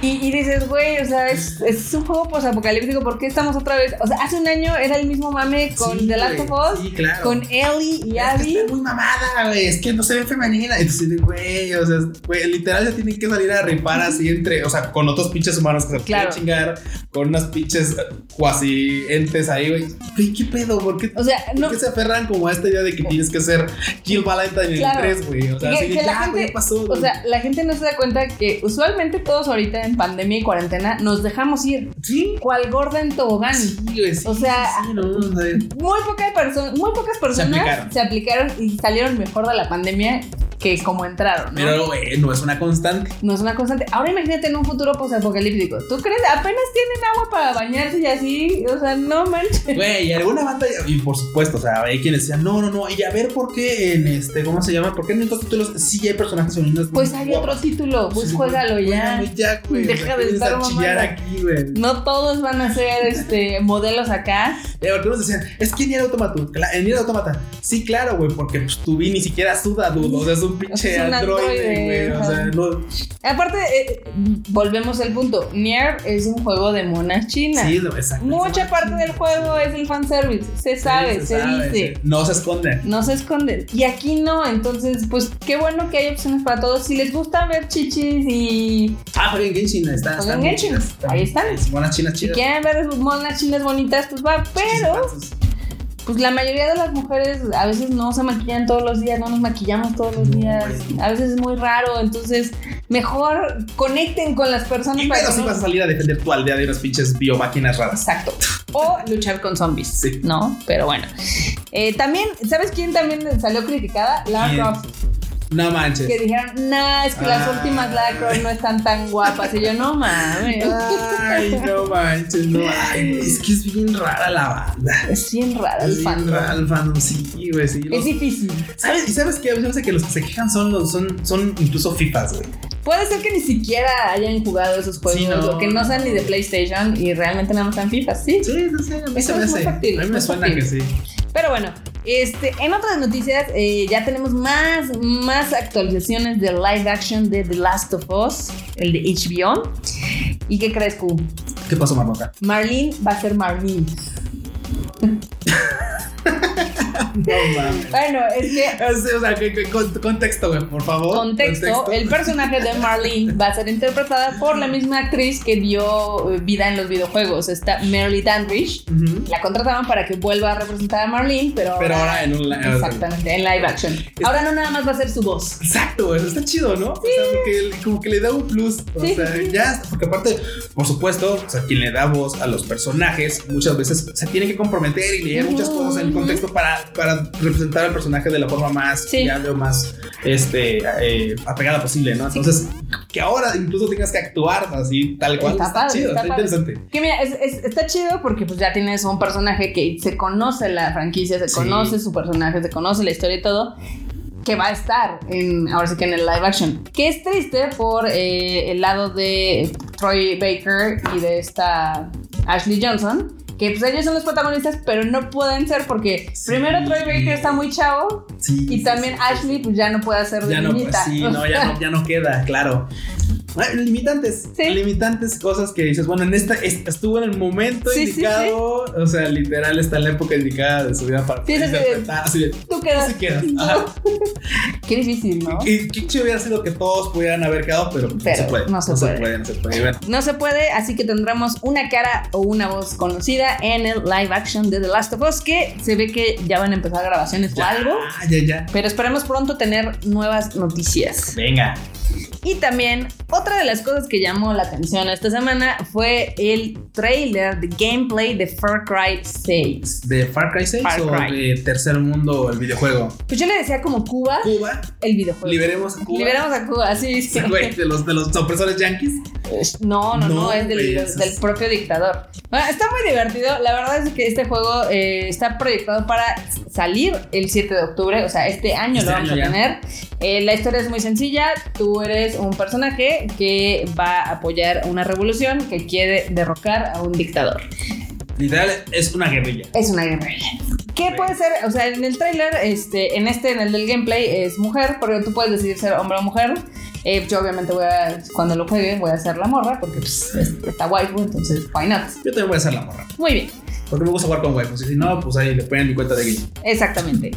Speaker 1: Y, y- y dices, güey, o sea, es, es un juego posapocalíptico, ¿por qué estamos otra vez? O sea, hace un año era el mismo mame con
Speaker 2: Sí,
Speaker 1: The Last
Speaker 2: güey,
Speaker 1: of Us,
Speaker 2: Sí, claro.
Speaker 1: con Ellie y
Speaker 2: Es que
Speaker 1: Abby.
Speaker 2: está muy mamada, güey. Es que no se ve femenina. Entonces, güey, o sea, güey, literal se tienen que salir a ripar así entre, o sea, con otros pinches humanos que se
Speaker 1: Claro.
Speaker 2: pueden chingar, con unas pinches cuasi entes ahí, güey. Güey, ¿qué pedo? ¿Por qué,
Speaker 1: O sea,
Speaker 2: por
Speaker 1: no,
Speaker 2: qué se aferran como a esta idea de que tienes que ser Jill Valentine en
Speaker 1: Claro.
Speaker 2: el 3, güey? O sea,
Speaker 1: Que-
Speaker 2: así de,
Speaker 1: que la
Speaker 2: ya, güey,
Speaker 1: gente-
Speaker 2: ya pasó.
Speaker 1: o
Speaker 2: güey.
Speaker 1: sea, la gente no se da cuenta que usualmente todos ahorita en pandemia y cuarentena nos dejamos ir,
Speaker 2: sí.
Speaker 1: cual gorda en tobogán.
Speaker 2: Sí, güey, sí,
Speaker 1: O sea,
Speaker 2: sí, no, o sea,
Speaker 1: Muy, poca perso- muy pocas personas
Speaker 2: aplicaron.
Speaker 1: se aplicaron. y salieron mejor de la pandemia que como entraron. ¿no?
Speaker 2: pero, güey, no es una constante.
Speaker 1: no es una constante. Ahora imagínate en un futuro posapocalíptico. ¿Tú crees? Apenas tienen agua para bañarse y así. O sea, no manches.
Speaker 2: Güey, y alguna banda, y por supuesto, o sea, hay quienes decían, no, no, no, y a ver por qué en este, ¿cómo se llama? ¿Por qué en estos títulos sí hay personajes femeninos? muy
Speaker 1: Pues hay
Speaker 2: guapas?
Speaker 1: otro título. Pues
Speaker 2: Sí,
Speaker 1: juégalo
Speaker 2: güey,
Speaker 1: ya.
Speaker 2: güey, ya, güey.
Speaker 1: Deja
Speaker 2: o sea,
Speaker 1: de
Speaker 2: vienes
Speaker 1: estar
Speaker 2: a chillar
Speaker 1: mamando.
Speaker 2: aquí, güey.
Speaker 1: No todos van a ser este modelos acá.
Speaker 2: Eh, algunos decían, es que ni era automata. cla- eh, Ni era automata. Sí, claro, güey, porque pues, tu vi ni siquiera suda, dudo. O sea, es un pinche
Speaker 1: Es un
Speaker 2: androide,
Speaker 1: androide,
Speaker 2: güey. O sea,
Speaker 1: ajá.
Speaker 2: no.
Speaker 1: Aparte, eh, volvemos al punto. Nier es un juego de monas chinas.
Speaker 2: Sí, no, exacto.
Speaker 1: Mucha parte del juego es el fanservice. Se
Speaker 2: Sí,
Speaker 1: sabe, se,
Speaker 2: sabe,
Speaker 1: dice.
Speaker 2: sí. No se esconden.
Speaker 1: No se esconden. Y aquí no, entonces, pues qué bueno que hay opciones para todos. Si les gusta ver chichis y
Speaker 2: Ah, jueguen Genshin, está.
Speaker 1: Jueguen Genshin, ahí están.
Speaker 2: Buenas chinas
Speaker 1: Si
Speaker 2: chidas.
Speaker 1: quieren ver monas chinas bonitas, pues va, pero pues la mayoría de las mujeres a veces no se maquillan todos los días, no nos maquillamos todos los
Speaker 2: No,
Speaker 1: días,
Speaker 2: güey.
Speaker 1: a veces es muy raro, entonces mejor conecten con las personas
Speaker 2: Y
Speaker 1: para
Speaker 2: pero
Speaker 1: que
Speaker 2: sí
Speaker 1: no-
Speaker 2: vas a salir a defender tu aldea de unas pinches biomáquinas raras.
Speaker 1: Exacto. O luchar con zombies,
Speaker 2: Sí.
Speaker 1: ¿no? Pero bueno. Eh, también, ¿sabes quién también salió criticada? Lara
Speaker 2: ¿Quién?
Speaker 1: Croft.
Speaker 2: No manches.
Speaker 1: Que dijeron, nah, es que las
Speaker 2: Ah.
Speaker 1: últimas Lara Croft no están tan guapas. Y yo, no mames.
Speaker 2: Ah, Ay, no manches, no. Ay, güey, es que es bien rara la banda.
Speaker 1: Es bien raro
Speaker 2: Es
Speaker 1: el
Speaker 2: bien
Speaker 1: fandom.
Speaker 2: rara el fandom, sí, güey, sí.
Speaker 1: Es
Speaker 2: Los-
Speaker 1: difícil.
Speaker 2: ¿Sabes? ¿Y sabes qué? A veces que los que se quejan son, los, son, son incluso FIFAs, güey.
Speaker 1: Puede ser que ni siquiera hayan jugado esos juegos,
Speaker 2: Sí, no.
Speaker 1: o que no sean ni de PlayStation y realmente nada más sean FIFA, sí.
Speaker 2: Sí, sí, sí. A mí
Speaker 1: Eso
Speaker 2: se me
Speaker 1: es muy
Speaker 2: hace.
Speaker 1: factible,
Speaker 2: a mí me
Speaker 1: muy
Speaker 2: suena
Speaker 1: factible.
Speaker 2: que sí.
Speaker 1: Pero bueno, este, en otras noticias eh, ya tenemos más, más actualizaciones de live action de The Last of Us, el de HBO. ¿Y qué crees, Q?
Speaker 2: ¿Qué pasó, Marmoca?
Speaker 1: Marlene va a ser Marlene.
Speaker 2: No mames.
Speaker 1: Bueno, es que
Speaker 2: Es- O sea, que, que- con- contexto, güey, por favor.
Speaker 1: contexto, el personaje de Marlene va a ser interpretada por la misma actriz que dio eh, vida en los videojuegos, esta Merle Dandridge.
Speaker 2: Ujú.
Speaker 1: La contrataron para que vuelva a representar a Marlene, pero ahora,
Speaker 2: Pero ahora en un.
Speaker 1: exactamente en live action. Ahora no nada más va a ser su voz.
Speaker 2: Exacto, eso está chido, ¿no? O sea, porque le- como que le da un plus. O
Speaker 1: Sí,
Speaker 2: sea,
Speaker 1: sí, sí.
Speaker 2: ya, porque aparte, por supuesto, o sea, quien le da voz a los personajes muchas veces se tiene que comprometer y leer muchas
Speaker 1: Ujú,
Speaker 2: cosas en el
Speaker 1: ujú.
Speaker 2: contexto para, para representar al personaje de la forma más
Speaker 1: Sí.
Speaker 2: fiable o más este, eh, apegada posible, ¿no? Entonces, que ahora incluso tengas que actuar así, tal cual.
Speaker 1: Está padre,
Speaker 2: chido,
Speaker 1: está
Speaker 2: está,
Speaker 1: padre.
Speaker 2: interesante.
Speaker 1: Que mira, es- es- está chido porque pues ya tienes un personaje que se conoce la franquicia, se
Speaker 2: Sí.
Speaker 1: conoce su personaje, se conoce la historia y todo. Que va a estar en, ahora sí que en el live action. Que es triste por eh, el lado de Troy Baker y de esta Ashley Johnson. que pues ellos son los protagonistas, pero no pueden ser porque primero Troy Baker está muy chavo
Speaker 2: Sí.
Speaker 1: y también Ashley pues ya no puede hacer de
Speaker 2: Ya no,
Speaker 1: niñita.
Speaker 2: sí, no, ya no, ya no queda, claro. Ay, Limitantes,
Speaker 1: Sí.
Speaker 2: limitantes cosas que dices, bueno, en esta est- estuvo en el momento
Speaker 1: Sí, sí,
Speaker 2: indicado, o sea, literal está en la época indicada de su vida para
Speaker 1: Sí, sí, sí.
Speaker 2: interpretar, así de,
Speaker 1: Tú
Speaker 2: ¿qué
Speaker 1: quedas.
Speaker 2: se queda? Ajá.
Speaker 1: Qué difícil, ¿no?
Speaker 2: Y qué chido hubiera sido que todos pudieran haber quedado, pero,
Speaker 1: Pero
Speaker 2: no se puede.
Speaker 1: no se puede.
Speaker 2: no se puede. Y bueno,
Speaker 1: No se puede, así que tendremos una cara o una voz conocida en el live action de The Last of Us, que se ve que ya van a empezar grabaciones o
Speaker 2: ya,
Speaker 1: algo.
Speaker 2: ya, ya.
Speaker 1: Pero esperemos pronto tener nuevas noticias.
Speaker 2: Venga.
Speaker 1: Y también, otra de las cosas que llamó la atención esta semana fue el trailer de gameplay de Far Cry 6.
Speaker 2: ¿De Far Cry 6
Speaker 1: Far
Speaker 2: o
Speaker 1: Cry.
Speaker 2: de Tercer Mundo, el videojuego?
Speaker 1: Pues yo le decía como Cuba,
Speaker 2: Cuba,
Speaker 1: el videojuego.
Speaker 2: liberemos a Cuba.
Speaker 1: Liberamos a Cuba, sí, sí.
Speaker 2: Sí, güey, de los, de los opresores yanquis.
Speaker 1: No, no, no,
Speaker 2: No,
Speaker 1: es del,
Speaker 2: güey, eso
Speaker 1: del
Speaker 2: es-
Speaker 1: propio dictador. Bueno, está muy divertido. La verdad es que este juego eh, está proyectado para salir el 7 de octubre, o sea, este año
Speaker 2: Este
Speaker 1: lo vamos
Speaker 2: año
Speaker 1: a
Speaker 2: ya.
Speaker 1: tener. Eh, la historia es muy sencilla. Tú eres un personaje que va a apoyar una revolución que quiere derrocar a un dictador.
Speaker 2: Literal, es una guerrilla.
Speaker 1: Es una guerrilla. ¿Qué
Speaker 2: Sí.
Speaker 1: puede ser? O sea, en el tráiler, este, en este, en el del gameplay, es mujer, pero tú puedes decidir ser hombre o mujer. Eh, yo obviamente voy a, cuando lo juegue, voy a ser la morra, porque pues, es- está waifu, entonces, why not?
Speaker 2: Yo también voy a hacer la morra.
Speaker 1: Muy bien,
Speaker 2: Porque me gusta jugar con waifus. Y si no, pues ahí le ponen mi cuenta de gay.
Speaker 1: exactamente.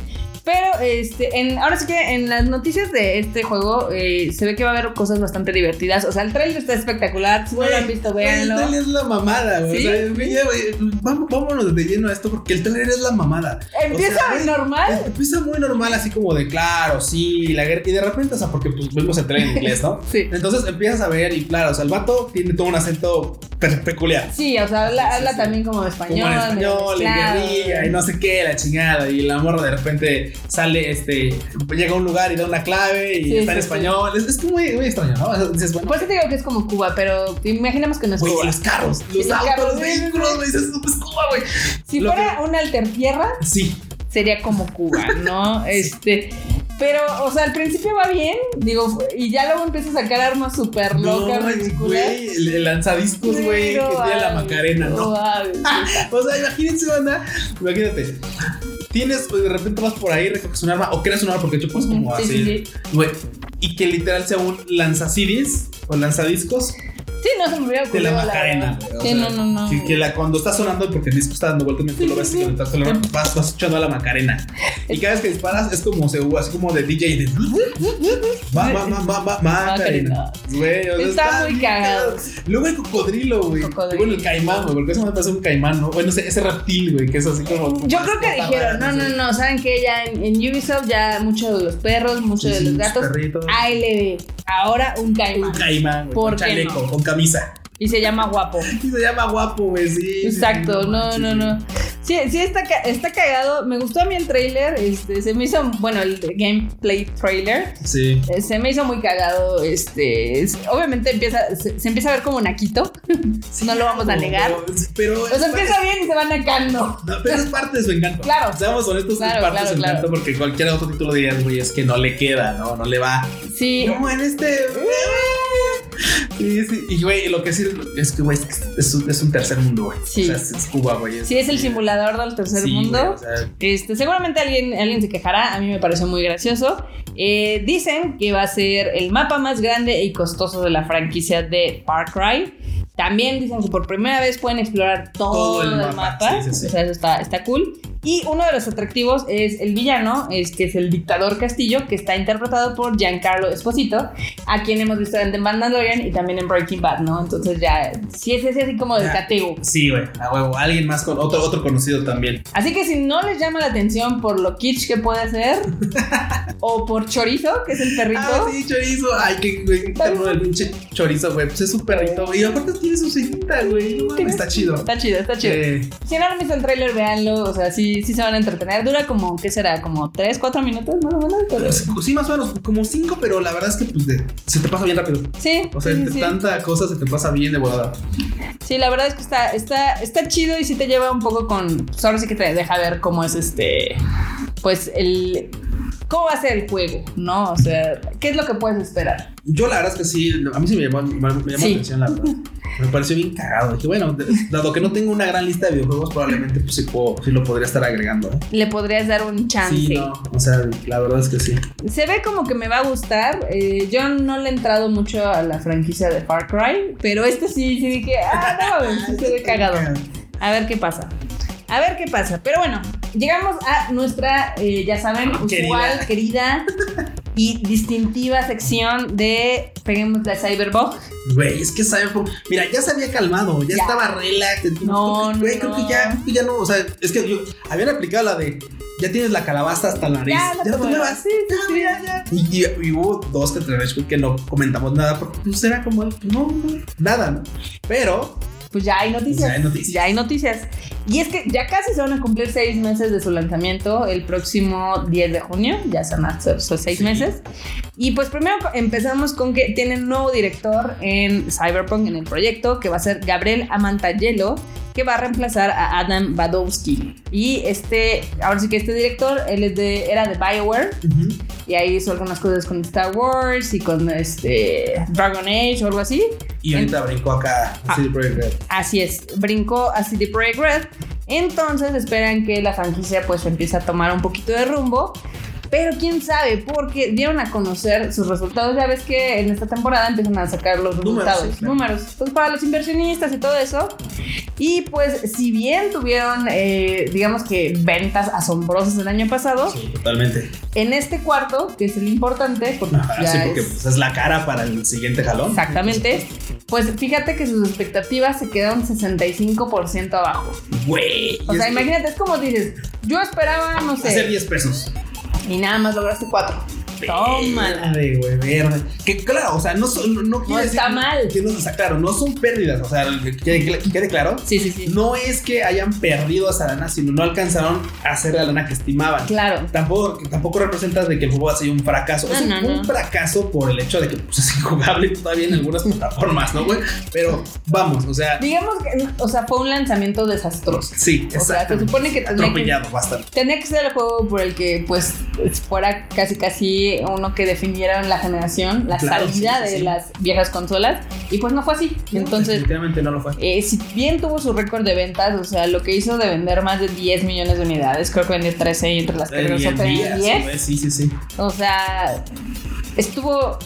Speaker 1: Pero este, en, ahora sí que en las noticias de este juego eh, se ve que va a haber cosas bastante divertidas. O sea, el tráiler está espectacular, si no lo han visto, véanlo.
Speaker 2: El trailer es la mamada, güey.
Speaker 1: ¿Sí?
Speaker 2: O sea, güey, ya, güey, vamos- vámonos de lleno a esto porque el trailer es la mamada.
Speaker 1: Empieza
Speaker 2: O sea,
Speaker 1: normal.
Speaker 2: Empieza muy normal, así como de claro, sí, la guerra. Y de repente, o sea, porque pues vemos el trailer en inglés, ¿no?
Speaker 1: Sí.
Speaker 2: Entonces empiezas a ver y claro, o sea, el vato tiene todo un acento pe- peculiar.
Speaker 1: Sí, o sea, habla,
Speaker 2: Sí, sí,
Speaker 1: habla
Speaker 2: sí.
Speaker 1: también como
Speaker 2: Como
Speaker 1: español.
Speaker 2: en español, en
Speaker 1: mezclado.
Speaker 2: guerrilla y no sé qué, la chingada. Y la morra de repente sale, este, llega a un lugar y da una clave y
Speaker 1: Sí,
Speaker 2: está en
Speaker 1: sí, Pues sí.
Speaker 2: español. Es, es muy, muy extraño, ¿no? O sea, dices, bueno,
Speaker 1: Por eso te digo que es como Cuba, pero imaginemos que no es
Speaker 2: Güey,
Speaker 1: Cuba.
Speaker 2: los carros, los
Speaker 1: los
Speaker 2: autos,
Speaker 1: carros,
Speaker 2: los
Speaker 1: Pues, sí,
Speaker 2: vehículos,
Speaker 1: sí,
Speaker 2: güey, dices, "No, pues Cuba, güey.
Speaker 1: Si
Speaker 2: lo
Speaker 1: fuera una altertierra,
Speaker 2: Sí,
Speaker 1: sería como Cuba, ¿no? Este. Pero, o sea, al principio va bien, digo, y ya luego empieza a sacar armas súper locas,
Speaker 2: no,
Speaker 1: ridículas.
Speaker 2: güey, el, el lanzadiscos, güey, que
Speaker 1: Pero,
Speaker 2: tiene la
Speaker 1: ay,
Speaker 2: Macarena, ¿no?
Speaker 1: ay,
Speaker 2: O sea, imagínense, banda, imagínate. Tienes, pues, de repente vas por ahí, recoges un arma, o creas un arma, porque yo pues como
Speaker 1: Sí,
Speaker 2: así,
Speaker 1: sí, sí.
Speaker 2: güey, y que literal sea un lanzaciris o lanzadiscos
Speaker 1: Sí, no se me hubiera
Speaker 2: de la
Speaker 1: ocurrido.
Speaker 2: Macarena,
Speaker 1: verdad.
Speaker 2: güey, o
Speaker 1: Sí,
Speaker 2: sea,
Speaker 1: no, no, no.
Speaker 2: Que, que la, cuando está sonando, porque el disco está dando vueltas, tú lo ves y que estás con la mano, vas, vas echando a la macarena. Y cada vez que disparas es como se así como de DJ de va, va, va, va, va, macarena. Güey, o sea,
Speaker 1: Está muy
Speaker 2: bien
Speaker 1: cagado.
Speaker 2: Luego el cocodrilo, güey.
Speaker 1: Cocodrilo.
Speaker 2: Bueno, el caimán, güey, porque eso me parece un caimán, ¿no? Bueno, ese, ese reptil, güey, que es así como.
Speaker 1: Yo creo que
Speaker 2: Está
Speaker 1: dijeron, no,
Speaker 2: raro,
Speaker 1: no,
Speaker 2: sé.
Speaker 1: no, saben que ya en, en Ubisoft ya muchos de los perros, muchos
Speaker 2: Sí,
Speaker 1: de
Speaker 2: sí,
Speaker 1: los gatos,
Speaker 2: perritos.
Speaker 1: ALB, ahora un
Speaker 2: Un
Speaker 1: caimán.
Speaker 2: caimán, güey,
Speaker 1: ¿Por
Speaker 2: con
Speaker 1: qué
Speaker 2: chaleco,
Speaker 1: no?
Speaker 2: con camisa.
Speaker 1: Y se llama guapo.
Speaker 2: Y se llama guapo, güey, sí, sí. sí,
Speaker 1: Exacto, no,
Speaker 2: manches,
Speaker 1: no,
Speaker 2: güey.
Speaker 1: no. Sí, sí está, ca- está cagado. Me gustó a mí el trailer. Este, se me hizo, bueno, el gameplay trailer.
Speaker 2: Sí.
Speaker 1: eh, Se me hizo muy cagado. Este, es- obviamente empieza, se, se empieza a ver como naquito. no lo vamos a negar.
Speaker 2: Pero, pero
Speaker 1: O sea, empieza bien y se va nacando.
Speaker 2: No, pero es parte de su encanto.
Speaker 1: Claro.
Speaker 2: Seamos honestos,
Speaker 1: Claro,
Speaker 2: es parte
Speaker 1: claro,
Speaker 2: de su
Speaker 1: claro.
Speaker 2: encanto porque cualquier otro título dirías, güey, es que no le queda, ¿no? No le va.
Speaker 1: Sí,
Speaker 2: No, en este. Y, sí, y, güey, lo que sí es que, güey, es, que es un, es un tercer mundo, güey.
Speaker 1: Sí.
Speaker 2: O sea, es, es Cuba, güey.
Speaker 1: sí es el simulador del tercer
Speaker 2: Sí, güey,
Speaker 1: mundo.
Speaker 2: o sea,
Speaker 1: Este, seguramente alguien, alguien se quejará, a mí me pareció muy gracioso. Eh, dicen que va a ser el mapa más grande y costoso de la franquicia de Far Cry. También dicen que por primera vez pueden explorar todo,
Speaker 2: Todo
Speaker 1: el,
Speaker 2: el
Speaker 1: mapa.
Speaker 2: mapa, sí, sí, sí.
Speaker 1: O sea, eso está, está cool. Y uno de los atractivos es el villano, es, que es el dictador Castillo, que está interpretado por Giancarlo Esposito, a quien hemos visto en The Mandalorian y también en Breaking Bad, ¿no? Entonces ya, sí es ese así como del
Speaker 2: Ya.
Speaker 1: catego.
Speaker 2: sí, güey, a huevo. Alguien más con otro, otro conocido también.
Speaker 1: Así que si no les llama la atención por lo kitsch que puede ser, o por chorizo, que es el perrito.
Speaker 2: Ah, sí, chorizo. Ay, qué güey, qué ternura el pinche chorizo, güey. Pues es un perrito, güey. Y aparte tiene su ceñita, güey. No mames, está chido.
Speaker 1: Está chido, está chido.
Speaker 2: Eh,
Speaker 1: Si no han visto el tráiler, véanlo. O sea, sí, sí se van a entretener. Dura como, ¿qué será? Como 3, 4 minutos más o menos. pero-
Speaker 2: Pues, Sí, más o menos, como cinco, pero la verdad es que pues, de- se te pasa bien rápido.
Speaker 1: Sí,
Speaker 2: O sea,
Speaker 1: sí,
Speaker 2: entre
Speaker 1: sí, sí.
Speaker 2: tanta cosa se te pasa bien de volada.
Speaker 1: Sí, la verdad es que está, está, está chido y sí te lleva un poco con... pues, Ahora sí que te deja ver cómo es este... Pues el... ¿Cómo va a ser el juego? ¿No? O sea, ¿qué es lo que puedes esperar?
Speaker 2: Yo la verdad es que sí, a mí sí me llamó, me llamó la
Speaker 1: Sí.
Speaker 2: atención la verdad. Me pareció bien cagado. Dije, bueno, de- dado que no tengo una gran lista de videojuegos, probablemente pues, sí, puedo- sí lo podría estar agregando. ¿eh?
Speaker 1: Le podrías dar un chance.
Speaker 2: Sí, no, o sea, la verdad es que sí.
Speaker 1: Se ve como que me va a gustar. eh, yo no le he entrado mucho a la franquicia de Far Cry, pero este sí, sí dije, ah, no, mames, sí se ve cagado. A ver qué pasa. A ver qué pasa. Pero bueno, llegamos a nuestra, eh, ya saben,
Speaker 2: Querida.
Speaker 1: usual, querida y distintiva sección de Peguemos la Cyberbug.
Speaker 2: Güey, es que Cyberpunk. Mira, ya se había calmado, ya,
Speaker 1: Ya.
Speaker 2: estaba relax. entonces,
Speaker 1: No,
Speaker 2: creo que- Güey, creo
Speaker 1: no.
Speaker 2: que ya, ya no. O sea, es que yo, habían aplicado la de ya tienes la calabaza hasta la nariz.
Speaker 1: Ya, no te muevas. Sí, sí, sí.
Speaker 2: Y, y- y hubo dos que tres veces que no comentamos nada porque pues era como, no, no, nada, ¿no? Pero
Speaker 1: Pues ya hay
Speaker 2: pues,
Speaker 1: noticias.
Speaker 2: ya hay noticias.
Speaker 1: Ya hay noticias. Y es que ya casi se van a cumplir seis meses de su lanzamiento el próximo 10 de junio. Ya se van a hacer esos seis
Speaker 2: Sí.
Speaker 1: meses. Y pues primero co- empezamos con que tienen nuevo director en Cyberpunk, en el proyecto, que va a ser Gabriel Amantayelo, que va a reemplazar a Adam Badowski. Y este, ahora sí que este director, él es de, era de Bioware
Speaker 2: Ujú.
Speaker 1: y ahí hizo algunas cosas con Star Wars y con este Dragon Age o algo así.
Speaker 2: Y ahorita brincó acá pues,
Speaker 1: Ah.
Speaker 2: CD Projekt Red.
Speaker 1: Así es, brincó a CD Projekt Red. Entonces esperan que la franquicia pues empiece a tomar un poquito de rumbo. Pero quién sabe, porque dieron a conocer sus resultados. Ya ves que en esta temporada empiezan a sacar los
Speaker 2: Números,
Speaker 1: resultados,
Speaker 2: sí, claro.
Speaker 1: números. Pues para los inversionistas y todo eso. Y pues si bien tuvieron, eh, digamos que ventas asombrosas el año pasado,
Speaker 2: Sí, totalmente.
Speaker 1: en este cuarto, que es el importante, porque
Speaker 2: Ajá,
Speaker 1: ya
Speaker 2: sí, porque
Speaker 1: es-
Speaker 2: pues, es la cara para el siguiente jalón.
Speaker 1: Exactamente. Pues fíjate que sus expectativas se quedaron 65% abajo.
Speaker 2: Güey.
Speaker 1: O
Speaker 2: y
Speaker 1: sea,
Speaker 2: es-
Speaker 1: imagínate, es como dices, yo esperaba, no
Speaker 2: Hacer
Speaker 1: sé,
Speaker 2: 10 pesos.
Speaker 1: y nada más lograste 4. Tómala.
Speaker 2: Verde, güey, verde. Que claro, o sea, no, son- no, no quiere
Speaker 1: No
Speaker 2: decir-
Speaker 1: está mal.
Speaker 2: Que no, o sea, claro, no son pérdidas. O sea, que quede, que quede claro.
Speaker 1: Sí, sí, sí.
Speaker 2: No es que hayan perdido a esa lana, sino no alcanzaron a hacer la lana que estimaban.
Speaker 1: Claro.
Speaker 2: Tampoco, tampoco representa de que el juego ha sido un fracaso.
Speaker 1: No,
Speaker 2: es
Speaker 1: no,
Speaker 2: un
Speaker 1: no.
Speaker 2: fracaso por el hecho de que pues, es injugable todavía en algunas plataformas, ¿no, güey? Pero vamos, o sea,
Speaker 1: Digamos que, o sea, fue un lanzamiento desastroso.
Speaker 2: sí,
Speaker 1: O sea, se
Speaker 2: exactamente.
Speaker 1: supone que tenía que,
Speaker 2: atropellado bastante.
Speaker 1: tenía que ser el juego por el que, pues, fuera casi casi uno que definiera la generación, la
Speaker 2: Claro,
Speaker 1: salida
Speaker 2: sí, sí,
Speaker 1: de
Speaker 2: sí.
Speaker 1: las viejas consolas, y pues no fue así. Entonces,
Speaker 2: definitivamente no lo fue.
Speaker 1: Eh, si bien tuvo su récord de ventas, o sea, lo que hizo de vender más de 10 millones de unidades, creo que vendió 13 y entre las que
Speaker 2: Y
Speaker 1: regresó
Speaker 2: en
Speaker 1: tenía
Speaker 2: días,
Speaker 1: 10.
Speaker 2: güey, Sí, sí, sí.
Speaker 1: O sea, estuvo.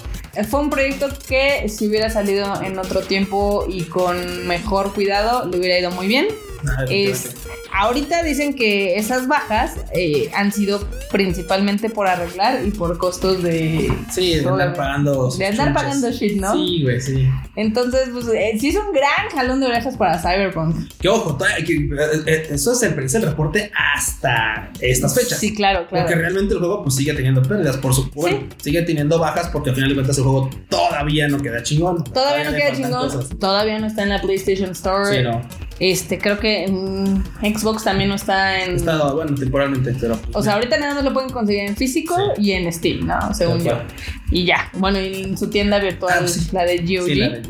Speaker 1: Fue un proyecto que si hubiera salido en otro tiempo y con mejor cuidado, le hubiera ido muy bien.
Speaker 2: Ah,
Speaker 1: Es- ahorita dicen que esas bajas eh, han sido principalmente por arreglar y por costos de,
Speaker 2: Sí, de andar
Speaker 1: Probablemente.
Speaker 2: pagando.
Speaker 1: de andar
Speaker 2: chunches.
Speaker 1: pagando shit, ¿no?
Speaker 2: Sí, güey, sí.
Speaker 1: Entonces, pues eh, sí es un gran jalón de orejas para Cyberpunk.
Speaker 2: Que ojo, todavía- que, eh, eh, eso es el, es el reporte hasta estas fechas.
Speaker 1: Sí, claro, claro.
Speaker 2: Porque realmente el juego pues sigue teniendo pérdidas, por supuesto. Bueno, sigue teniendo bajas porque al final de cuentas el juego todavía no queda chingón.
Speaker 1: Todavía no
Speaker 2: le
Speaker 1: queda
Speaker 2: faltan
Speaker 1: chingón.
Speaker 2: cosas.
Speaker 1: Todavía no está en la PlayStation Store.
Speaker 2: Sí, no.
Speaker 1: Este, creo que en Xbox también no está en.
Speaker 2: Está, bueno, temporalmente, pero. pues,
Speaker 1: O sea, ahorita nada más lo pueden conseguir en físico
Speaker 2: Sí.
Speaker 1: y en Steam, ¿no? Según yo. Y ya. Bueno, y en su tienda virtual,
Speaker 2: Ah, sí.
Speaker 1: la de GOG.
Speaker 2: Sí, la neta.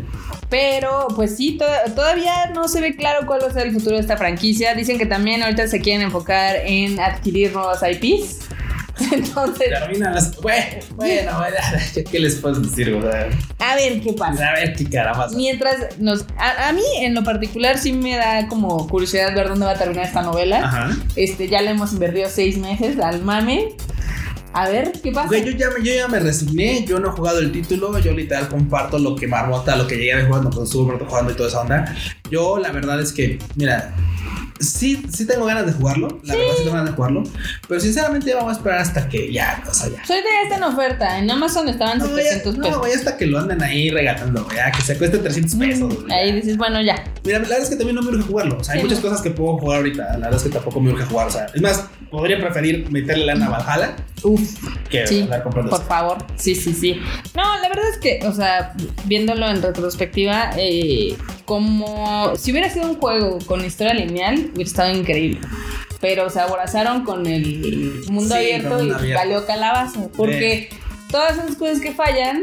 Speaker 1: Pero, pues sí, to- todavía no se ve claro cuál va a ser el futuro de esta franquicia. Dicen que también ahorita se quieren enfocar en adquirir nuevas IPs. Entonces,
Speaker 2: Terminan las. Bueno, bueno, bueno, ¿qué les puedo decir? O sea,
Speaker 1: a ver qué pasa.
Speaker 2: a ver qué caramba.
Speaker 1: Mientras nos. A, a mí, en lo particular, sí me da como curiosidad ver dónde va a terminar esta novela.
Speaker 2: Ajá.
Speaker 1: Este, ya le hemos invertido seis meses al mame. A ver qué pasa.
Speaker 2: Güey, yo ya, me- yo ya me resigné, yo no he jugado el título, yo literal comparto lo que marmota, lo que llegué a ver jugando, cuando estuve jugando y toda esa onda. Yo la verdad es que, mira, sí, sí tengo ganas de jugarlo, la verdad sí tengo ganas de jugarlo, pero sinceramente vamos a esperar hasta que ya, o sea, ya.
Speaker 1: Soy de esta en oferta. En Amazon estaban
Speaker 2: No, ya-
Speaker 1: 700
Speaker 2: no,
Speaker 1: pesos. Mm,
Speaker 2: güey, hasta que lo anden ahí regatando, güey, ya, que se cueste 300 pesos. güey,
Speaker 1: Ahí
Speaker 2: ya.
Speaker 1: dices, bueno, ya.
Speaker 2: Mira, la verdad es que también no me urge jugarlo. O sea, hay
Speaker 1: Sí,
Speaker 2: muchas
Speaker 1: no.
Speaker 2: cosas que puedo jugar ahorita. La verdad es que tampoco me urge jugar. O sea, es más, podría preferir meterle lana a Valhalla
Speaker 1: Uf,
Speaker 2: que
Speaker 1: Sí,
Speaker 2: andar comprando.
Speaker 1: por favor. Sí, sí, sí. No, la verdad es que, o sea, viéndolo en retrospectiva, eh, como si hubiera sido un juego con historia lineal, hubiera estado increíble. Pero se aborazaron con el mundo
Speaker 2: Sí,
Speaker 1: abierto
Speaker 2: con
Speaker 1: y
Speaker 2: mundo abierto. Eh.
Speaker 1: valió calabaza. Porque todas esas cosas que fallan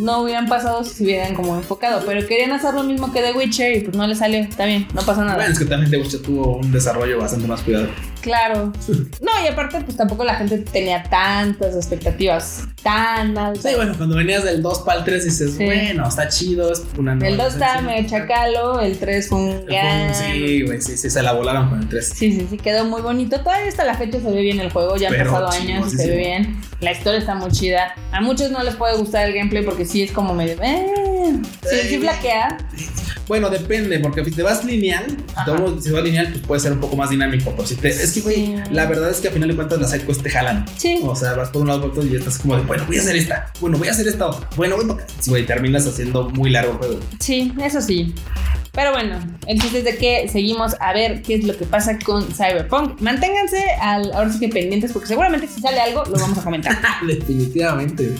Speaker 1: no hubieran pasado si se hubieran como enfocado. Pero querían hacer lo mismo que The Witcher y pues no le salió. Está bien, no pasa nada.
Speaker 2: Bueno, es que también The Witcher tuvo un desarrollo bastante más cuidado.
Speaker 1: Claro. No, y aparte, pues tampoco la gente tenía tantas expectativas tan altas.
Speaker 2: Sí, bueno, cuando venías del 2 para el 3 dices,
Speaker 1: Sí.
Speaker 2: bueno, está chido, es una nueva
Speaker 1: el 2 estaba
Speaker 2: sensación.
Speaker 1: medio chacalo, el 3 fue un gran. Sí.
Speaker 2: Sí, güey, sí, sí, se la volaron con el 3.
Speaker 1: sí, sí, quedó muy bonito. Todavía hasta la fecha se ve bien el juego, ya han
Speaker 2: Pero
Speaker 1: pasado años y se ve
Speaker 2: chingosísimo.
Speaker 1: bien. La historia está muy chida. A muchos no les puede gustar el gameplay porque sí es como medio. Eh, sí, sí flaquea.
Speaker 2: Bueno, depende, porque si te vas lineal,
Speaker 1: Ajá.
Speaker 2: todo- si vas lineal, pues puede ser un poco más dinámico. Pero si te, es que, güey,
Speaker 1: Sí.
Speaker 2: la verdad es que al final de cuentas las sidequests te jalan.
Speaker 1: Sí.
Speaker 2: O sea, vas por un lado por otro y estás como de, bueno, voy a hacer esta, bueno, voy a hacer esta otra, bueno, voy para acá. Sí, Güey, terminas haciendo muy largo el juego.
Speaker 1: Sí, eso sí. Pero bueno, el chiste es de que seguimos a ver qué es lo que pasa con Cyberpunk. Manténganse al, ahora sí que pendientes porque seguramente si sale algo lo vamos a comentar.
Speaker 2: Definitivamente.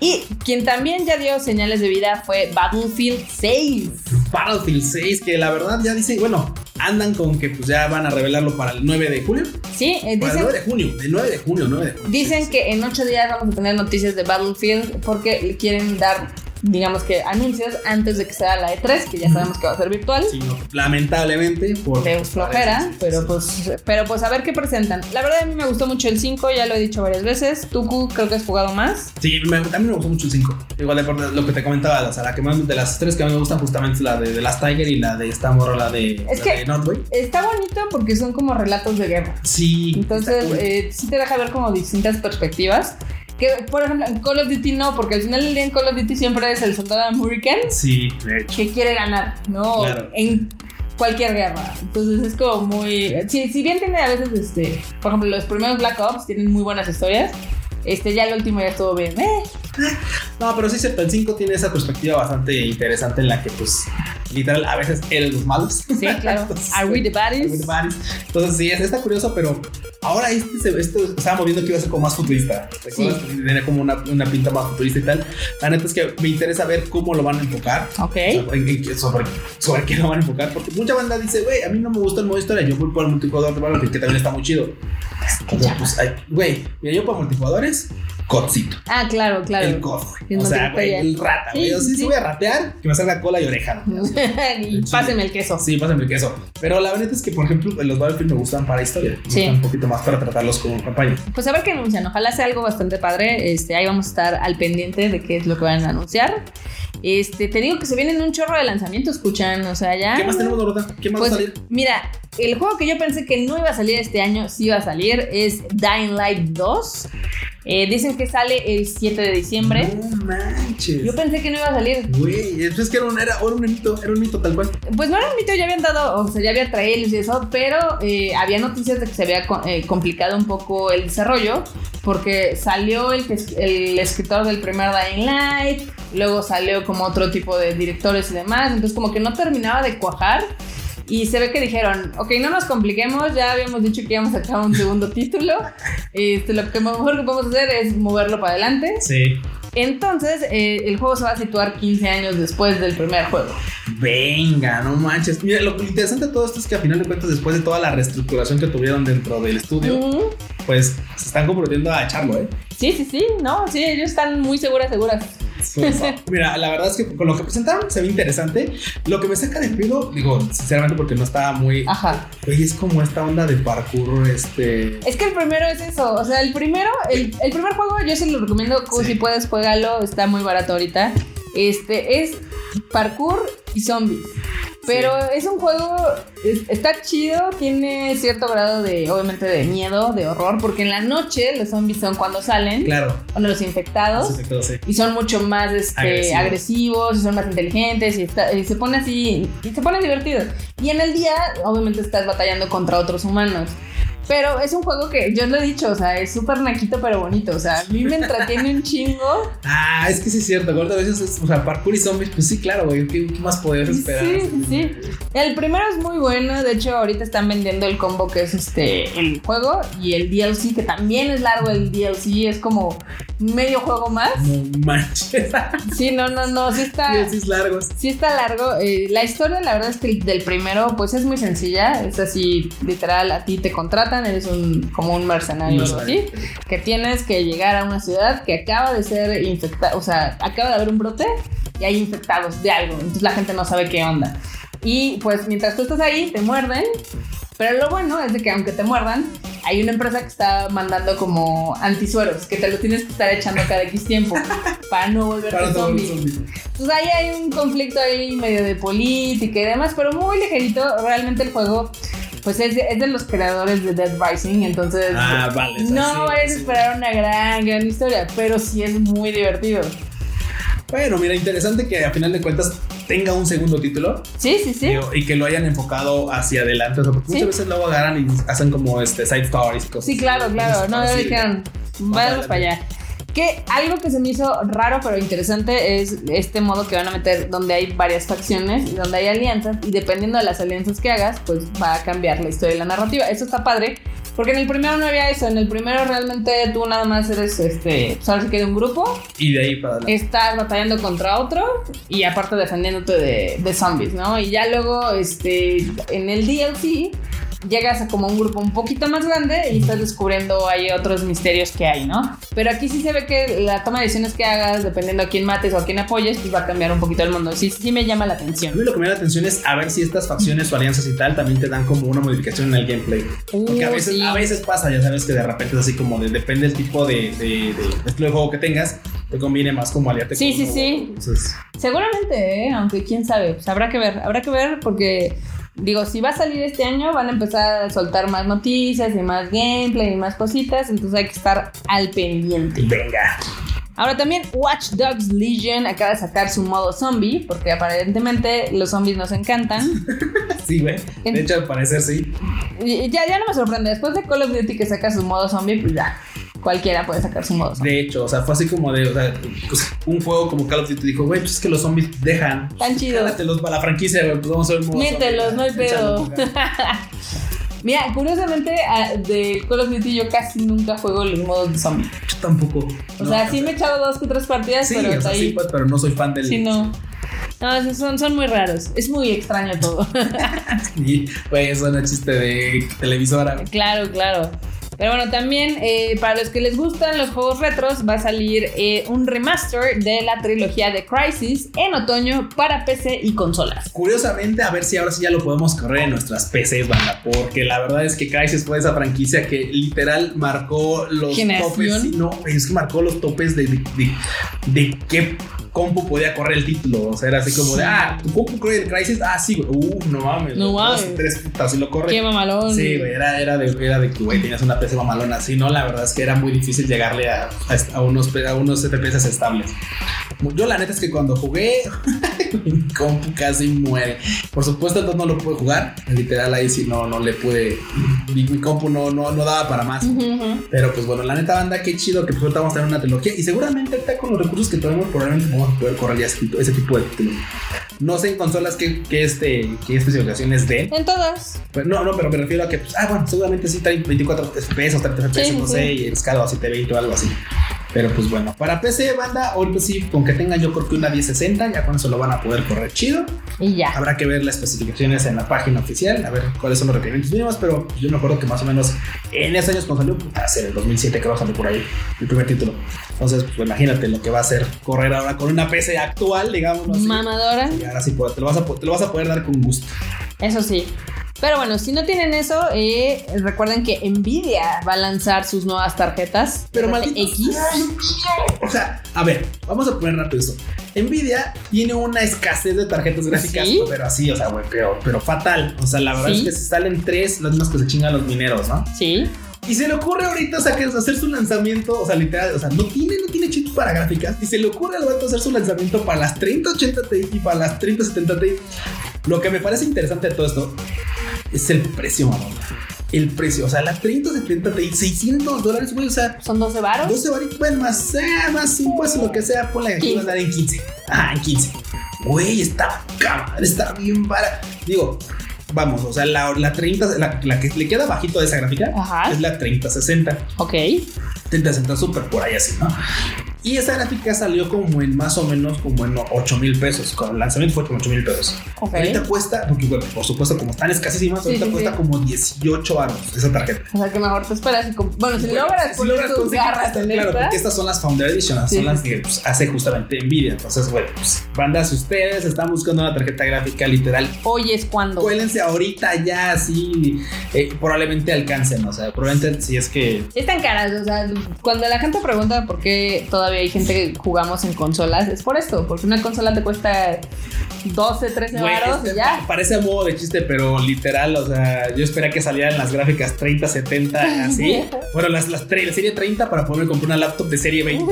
Speaker 1: y quien también ya dio señales de vida fue Battlefield 6.
Speaker 2: Battlefield 6, que la verdad ya dice, bueno, andan con que pues ya van a revelarlo para el 9 de julio.
Speaker 1: Sí, eh,
Speaker 2: Para el
Speaker 1: dicen,
Speaker 2: 9 de junio, el 9 de junio, 9 de junio.
Speaker 1: dicen que en ocho días vamos a tener noticias de Battlefield porque le quieren dar, digamos que, anuncios antes de que sea la E3, que ya sabemos que va a ser virtual.
Speaker 2: Sí, no, lamentablemente, por.
Speaker 1: de flojera,
Speaker 2: parece-
Speaker 1: pero pues pero pues a ver qué presentan. La verdad a mí me gustó mucho el 5, ya lo he dicho varias veces. Tuku creo que has jugado más.
Speaker 2: Sí, me- también me gustó mucho el 5. Igual de por lo que te comentaba, o sea, la que más, de las tres que más me gustan justamente es la de, de Last Tiger y la de esta morra, la de,
Speaker 1: Es
Speaker 2: la
Speaker 1: que-
Speaker 2: de Northway.
Speaker 1: Está bonito porque son como relatos de guerra.
Speaker 2: Sí.
Speaker 1: Entonces
Speaker 2: está cool.
Speaker 1: eh, sí te deja ver como distintas perspectivas. Que por ejemplo en Call of Duty no, porque al final del día en Call of Duty siempre es el soldado American
Speaker 2: Sí, eh, de hecho.
Speaker 1: que quiere ganar, ¿no?
Speaker 2: Claro.
Speaker 1: En cualquier guerra. Entonces es como muy. Si, si bien tiene a veces, este, por ejemplo, los primeros Black Ops tienen muy buenas historias. Este, ya el último ya estuvo bien. eh,
Speaker 2: No, pero sí, es cierto, el 5 tiene esa perspectiva bastante interesante en la que, pues, literal, a veces eres los malos.
Speaker 1: Sí, claro.
Speaker 2: Entonces,
Speaker 1: Are we the
Speaker 2: Are we
Speaker 1: baddies?
Speaker 2: the baddies? Entonces, sí, es- está curioso, pero ahora este, se- este estábamos viendo que iba a ser como más futurista. ¿Te
Speaker 1: Sí.
Speaker 2: acuerdas? Tenía como una, una pinta más futurista y tal. La neta es que me interesa ver cómo lo van a enfocar.
Speaker 1: Ok.
Speaker 2: O sea, en- en- sobre, sobre qué lo van a enfocar. Porque mucha banda dice, güey, a mí no me gusta el modo historia. Yo voy por el multijugador de Battlefield, que también está muy chido.
Speaker 1: que
Speaker 2: Pero,
Speaker 1: ya.
Speaker 2: pues, ay, Güey, mira, yo para multijugadores, codcito.
Speaker 1: Ah, claro,
Speaker 2: El
Speaker 1: claro.
Speaker 2: cod.
Speaker 1: El
Speaker 2: O sea,
Speaker 1: multiplayer.
Speaker 2: güey, el rata, güey.
Speaker 1: Sí,
Speaker 2: Yo sí,
Speaker 1: sí,
Speaker 2: sí,
Speaker 1: sí.
Speaker 2: voy a ratear, que me salga cola y oreja. ¿no?
Speaker 1: y páseme el queso.
Speaker 2: Sí, pásame el queso. Pero la verdad es que, por ejemplo, los Battlefield me gustan para historia. Me
Speaker 1: Sí.
Speaker 2: gustan un poquito más para tratarlos como campaña.
Speaker 1: Pues a ver qué anuncian. Ojalá sea algo bastante padre. Este, ahí vamos a estar al pendiente de qué es lo que van a anunciar. Este, te digo que se vienen un chorro de lanzamientos, escuchan. O sea, ya.
Speaker 2: ¿Qué más tenemos, Dorota? ¿Qué más va a
Speaker 1: Ah. Pues
Speaker 2: salir?
Speaker 1: mira, el juego que yo pensé que no iba a salir este año, sí iba a salir, es Dying Light 2. Eh, dicen que sale el 7 de diciembre.
Speaker 2: No manches.
Speaker 1: Yo pensé que no iba a salir.
Speaker 2: Güey, es que era un, era, era un mito, era un mito tal cual.
Speaker 1: Pues no era un mito, ya habían dado, o sea, ya había trailers y eso, pero eh, había noticias de que se había co- eh, complicado un poco el desarrollo, porque salió el, que es- el escritor del primer Dying Light, luego salió como otro tipo de directores y demás, entonces como que no terminaba de cuajar. Y se ve que dijeron, ok, no nos compliquemos, ya habíamos dicho que íbamos a sacar un segundo título, este, lo que mejor que podemos hacer es moverlo para adelante.
Speaker 2: Sí.
Speaker 1: Entonces, eh, el juego se va a situar 15 años después del primer juego.
Speaker 2: Venga, no manches. Mira, lo interesante de todo esto es que a final de cuentas, después de toda la reestructuración que tuvieron dentro del estudio,
Speaker 1: Ujú.
Speaker 2: pues se están comprometiendo a echarlo, ¿eh?
Speaker 1: Sí, sí, sí, no, sí, ellos están muy seguras, seguras.
Speaker 2: Pues, Mira, la verdad es que con lo que presentaron se ve interesante. Lo que me saca de pedo, digo, sinceramente, porque no estaba muy.
Speaker 1: Ajá.
Speaker 2: Güey, es como esta onda de parkour, este.
Speaker 1: Es que el primero es eso, o sea, el primero, el, el primer juego yo se lo recomiendo, Q,
Speaker 2: Sí.
Speaker 1: si puedes, juégalo, está muy barato ahorita. Este es parkour y zombies. Pero es un juego, es- está chido, tiene cierto grado de, obviamente, de miedo, de horror, porque en la noche los zombies son cuando salen,
Speaker 2: Claro.
Speaker 1: o los infectados.
Speaker 2: Sí, sí, claro, sí.
Speaker 1: y son mucho más este, agresivos.
Speaker 2: Agresivos.
Speaker 1: y son más inteligentes y, está- y se pone así, y se pone divertido. Y en el día, obviamente, estás batallando contra otros humanos. Pero es un juego que yo lo he dicho, o sea, es súper naquito pero bonito. O sea, a mí me entretiene un chingo.
Speaker 2: Ah, es que sí es cierto. Gordo, a veces, es- o sea, parkour y zombies, pues sí, claro, güey. ¿Qué, qué más podías
Speaker 1: Sí,
Speaker 2: esperar?
Speaker 1: sí, sí. El primero es muy bueno. De hecho, ahorita están vendiendo el combo que es este el juego y el DLC, que también es largo el DLC, es como medio juego más.
Speaker 2: No manches.
Speaker 1: Ah. Sí, no, no, no, sí está.
Speaker 2: Pies largos.
Speaker 1: Sí está largo. eh, la historia, la verdad es que del primero, pues es muy sencilla. Es así, literal, a ti te contratan, eres un como un mercenario o algo así, que tienes que llegar a una ciudad que acaba de ser infectada, o sea, acaba de haber un brote y hay infectados de algo. Entonces la gente no sabe qué onda. Y pues mientras tú estás ahí, te muerden Pero lo bueno es de que aunque te muerdan, hay una empresa que está mandando como antisueros, que te lo tienes que estar echando cada X tiempo para no volverte
Speaker 2: Para todos los
Speaker 1: zombie.
Speaker 2: zombies.
Speaker 1: Entonces pues ahí hay un conflicto ahí medio de política y demás, pero muy ligerito. Realmente el juego, pues es de, es de los creadores de Dead Rising, entonces
Speaker 2: Ah, vale. o sea, sí,
Speaker 1: no vayas a
Speaker 2: sí.
Speaker 1: esperar una gran, gran historia, pero sí es muy divertido.
Speaker 2: Bueno, mira, interesante que a final de cuentas tenga un segundo título
Speaker 1: Sí, sí, sí.
Speaker 2: digo, y que lo hayan enfocado hacia adelante. O sea, porque
Speaker 1: Sí.
Speaker 2: muchas veces luego agarran y hacen como este side stories y cosas.
Speaker 1: Sí, claro,
Speaker 2: así,
Speaker 1: claro.
Speaker 2: cosas
Speaker 1: No,
Speaker 2: así.
Speaker 1: dijeron, vamos
Speaker 2: adelante.
Speaker 1: para allá. Que algo que se me hizo raro pero interesante es este modo que van a meter donde hay varias facciones y donde hay alianzas y dependiendo de las alianzas que hagas pues va a cambiar la historia y la narrativa. Eso está padre porque en el primero no había eso, en el primero realmente tú nada más eres este, pues ahora sí que de un grupo,
Speaker 2: Y de ahí para adelante.
Speaker 1: estás batallando contra otro y aparte defendiéndote de, de zombies, ¿no? Y ya luego, este, en el DLC llegas a como un grupo un poquito más grande y estás descubriendo hay otros misterios que hay, ¿no? Pero aquí sí se ve que la toma de decisiones que hagas, dependiendo a quién mates o a quién apoyes, pues va a cambiar un poquito el mundo. Sí, sí me llama la
Speaker 2: A
Speaker 1: atención.
Speaker 2: mí lo que me da la atención es a ver si estas facciones o alianzas y tal también te dan como una modificación en el gameplay. Porque a
Speaker 1: Uh,
Speaker 2: veces,
Speaker 1: sí.
Speaker 2: a veces pasa, ya sabes que de repente es así como de- depende del tipo de, de- de estilo de juego que tengas, te conviene más como aliarte
Speaker 1: Sí,
Speaker 2: con
Speaker 1: sí,
Speaker 2: uno
Speaker 1: sí.
Speaker 2: u otro. Entonces,
Speaker 1: Seguramente, ¿eh? aunque quién sabe, pues habrá que ver, habrá que ver porque digo, si va a salir este año van a empezar a soltar más noticias y más gameplay y más cositas, entonces hay que estar al pendiente.
Speaker 2: pues, venga.
Speaker 1: Ahora también Watch Dogs Legion acaba de sacar su modo zombie, porque aparentemente los zombies nos encantan.
Speaker 2: Sí, güey.
Speaker 1: En-
Speaker 2: De hecho, al parecer sí.
Speaker 1: Y y ya, ya no me sorprende, después de Call of Duty que saca su modo zombie, pues ya, cualquiera puede sacar su modo zombie.
Speaker 2: De hecho, o sea, fue así como de, o sea, pues, un juego como Call of Duty dijo, güey, pues es que los zombies dejan.
Speaker 1: Tan chido.
Speaker 2: Jálatelos para la franquicia, güey, pues vamos a ver modo zombie.
Speaker 1: Mételos, no hay pedo.
Speaker 2: Échalo, venga.
Speaker 1: Mira, curiosamente a- del Call of Duty yo casi nunca juego los modos de zombie.
Speaker 2: Yo tampoco.
Speaker 1: O
Speaker 2: No,
Speaker 1: sea, sí me he echado dos que tres partidas,
Speaker 2: Sí,
Speaker 1: pero
Speaker 2: o
Speaker 1: está
Speaker 2: sea,
Speaker 1: ahí.
Speaker 2: sí, pues, pero no soy fan del.
Speaker 1: Sí, no. No, son, son muy raros. Es muy extraño todo.
Speaker 2: Y, güey, suena chiste de televisora. güey.
Speaker 1: claro, claro. Pero bueno, también eh, para los que les gustan los juegos retros, va a salir eh, un remaster de la trilogía de Crisis en otoño para PC y consolas.
Speaker 2: Curiosamente, a ver si ahora sí ya lo podemos correr en nuestras PCs, banda, porque la verdad es que Crisis fue esa franquicia que literal marcó los
Speaker 1: Generación.
Speaker 2: topes. sí, No, es que marcó los topes de, de, de- de qué compu podía correr el título. O sea, era así como de, ah, tu compu corre el Crisis, ah, sí, güey, uh, no mames,
Speaker 1: No
Speaker 2: güey,
Speaker 1: mames.
Speaker 2: dos, Tres putas, y lo corre.
Speaker 1: Qué mamalón.
Speaker 2: Sí, güey, era, era, de, era de que, güey, tenías una PC mamalona. Si no, la verdad es que era muy difícil llegarle a, a- a unos, a unos FPS estables. Yo, la neta es que cuando jugué, mi compu casi muere. Por supuesto, entonces no lo pude jugar. Literal, ahí sí no, no le pude. Mi, mi compu no, no, no daba para más.
Speaker 1: Ujú, ujú.
Speaker 2: Pero pues bueno, la neta banda, qué chido que pues ahorita vamos a tener una trilogía. Y seguramente ahorita con los recursos que tenemos probablemente vamos a poder correr ya ese, ese tipo de títulos. No sé en consolas qué, qué este, qué especificaciones den.
Speaker 1: En todas.
Speaker 2: Pero Pues, no, no, pero me refiero a que, pues, ah, bueno, seguramente sí traen 24 FPS o 30 FPS,
Speaker 1: Sí,
Speaker 2: no
Speaker 1: sí.
Speaker 2: sé, y el escalado a 720 o algo así. Pero pues bueno, para PC, banda, ahorita sí, con que tengan yo creo que una 1060, ya con eso lo van a poder correr chido.
Speaker 1: Y ya.
Speaker 2: Habrá que ver las especificaciones en la página oficial, a ver cuáles son los requerimientos mínimos, pero pues, yo me acuerdo que más o menos en esos años cuando salió, pues, puta, hace el 2007 que va a salir por ahí el primer título. Entonces, pues imagínate lo que va a ser correr ahora con una PC actual, digámoslo así.
Speaker 1: Mamadora.
Speaker 2: Y ahora sí, pues, te lo, vas a, po- te lo vas a poder dar con gusto.
Speaker 1: Eso sí. Pero bueno, si no tienen eso, eh, recuerden que Nvidia va a lanzar sus nuevas tarjetas.
Speaker 2: Pero maldito
Speaker 1: X.
Speaker 2: sea, Nvidia. O sea, a ver, vamos a poner rápido esto. Nvidia tiene una escasez de tarjetas gráficas,
Speaker 1: ¿Sí?
Speaker 2: pero así, o sea, güey, pero, pero fatal. O sea, la verdad
Speaker 1: ¿Sí?
Speaker 2: es que se salen tres, las mismas que se chingan los mineros, ¿no?
Speaker 1: Sí.
Speaker 2: Y se le ocurre ahorita o sea, que- hacer su lanzamiento, o sea, literal, o sea, no tiene, no tiene chip para gráficas. Y se le ocurre al vato hacer su lanzamiento para las 3080 Ti y para las 3070 Ti. Lo que me parece interesante de todo esto es el precio, mamón. El precio, o sea, la 3070 Ti, 600 dólares, güey, o sea,
Speaker 1: Son 12 varos.
Speaker 2: 12 varitos, bueno, más, eh, más impuestos, lo que sea, ponle aquí, va a dar en 15. Ajá, en 15. Güey, está cabrón, está bien para. Digo, vamos, o sea, la, la 30, la, la que le queda bajito de esa gráfica
Speaker 1: Ajá.
Speaker 2: es la 3060.
Speaker 1: Ok.
Speaker 2: 3060 super, por ahí así, ¿no? Y esa gráfica salió como en más o menos como en 8 mil pesos. Con el lanzamiento fue como 8 mil pesos.
Speaker 1: Ok.
Speaker 2: Ahorita cuesta, porque bueno, por supuesto, como están escasísimas,
Speaker 1: Sí,
Speaker 2: ahorita
Speaker 1: sí,
Speaker 2: cuesta
Speaker 1: sí.
Speaker 2: como 18 aros esa tarjeta.
Speaker 1: O sea que mejor te esperas y comp- Bueno, si logras
Speaker 2: Si
Speaker 1: poner tus
Speaker 2: conseguir
Speaker 1: garras
Speaker 2: pues, esta,
Speaker 1: en
Speaker 2: Claro,
Speaker 1: esta,
Speaker 2: porque estas son las Founder Edition,
Speaker 1: Sí, sí,
Speaker 2: son las que pues, hace justamente Nvidia. Entonces, bueno, pues, banda, si ustedes están buscando una tarjeta gráfica literal
Speaker 1: hoy es cuando.
Speaker 2: Cuélense ahorita ya, así eh, probablemente alcancen, o sea, probablemente si es que
Speaker 1: Están caras, o sea, cuando la gente pregunta por qué todavía hay gente que jugamos en consolas, es por esto, porque una consola te cuesta 12, 13
Speaker 2: Güey,
Speaker 1: varos
Speaker 2: este,
Speaker 1: y ya.
Speaker 2: parece a modo de chiste, pero literal, o sea, yo esperaba que salieran las gráficas 30, 70, así. bueno, las, las tre- la serie 30 para poder comprar una laptop de serie 20.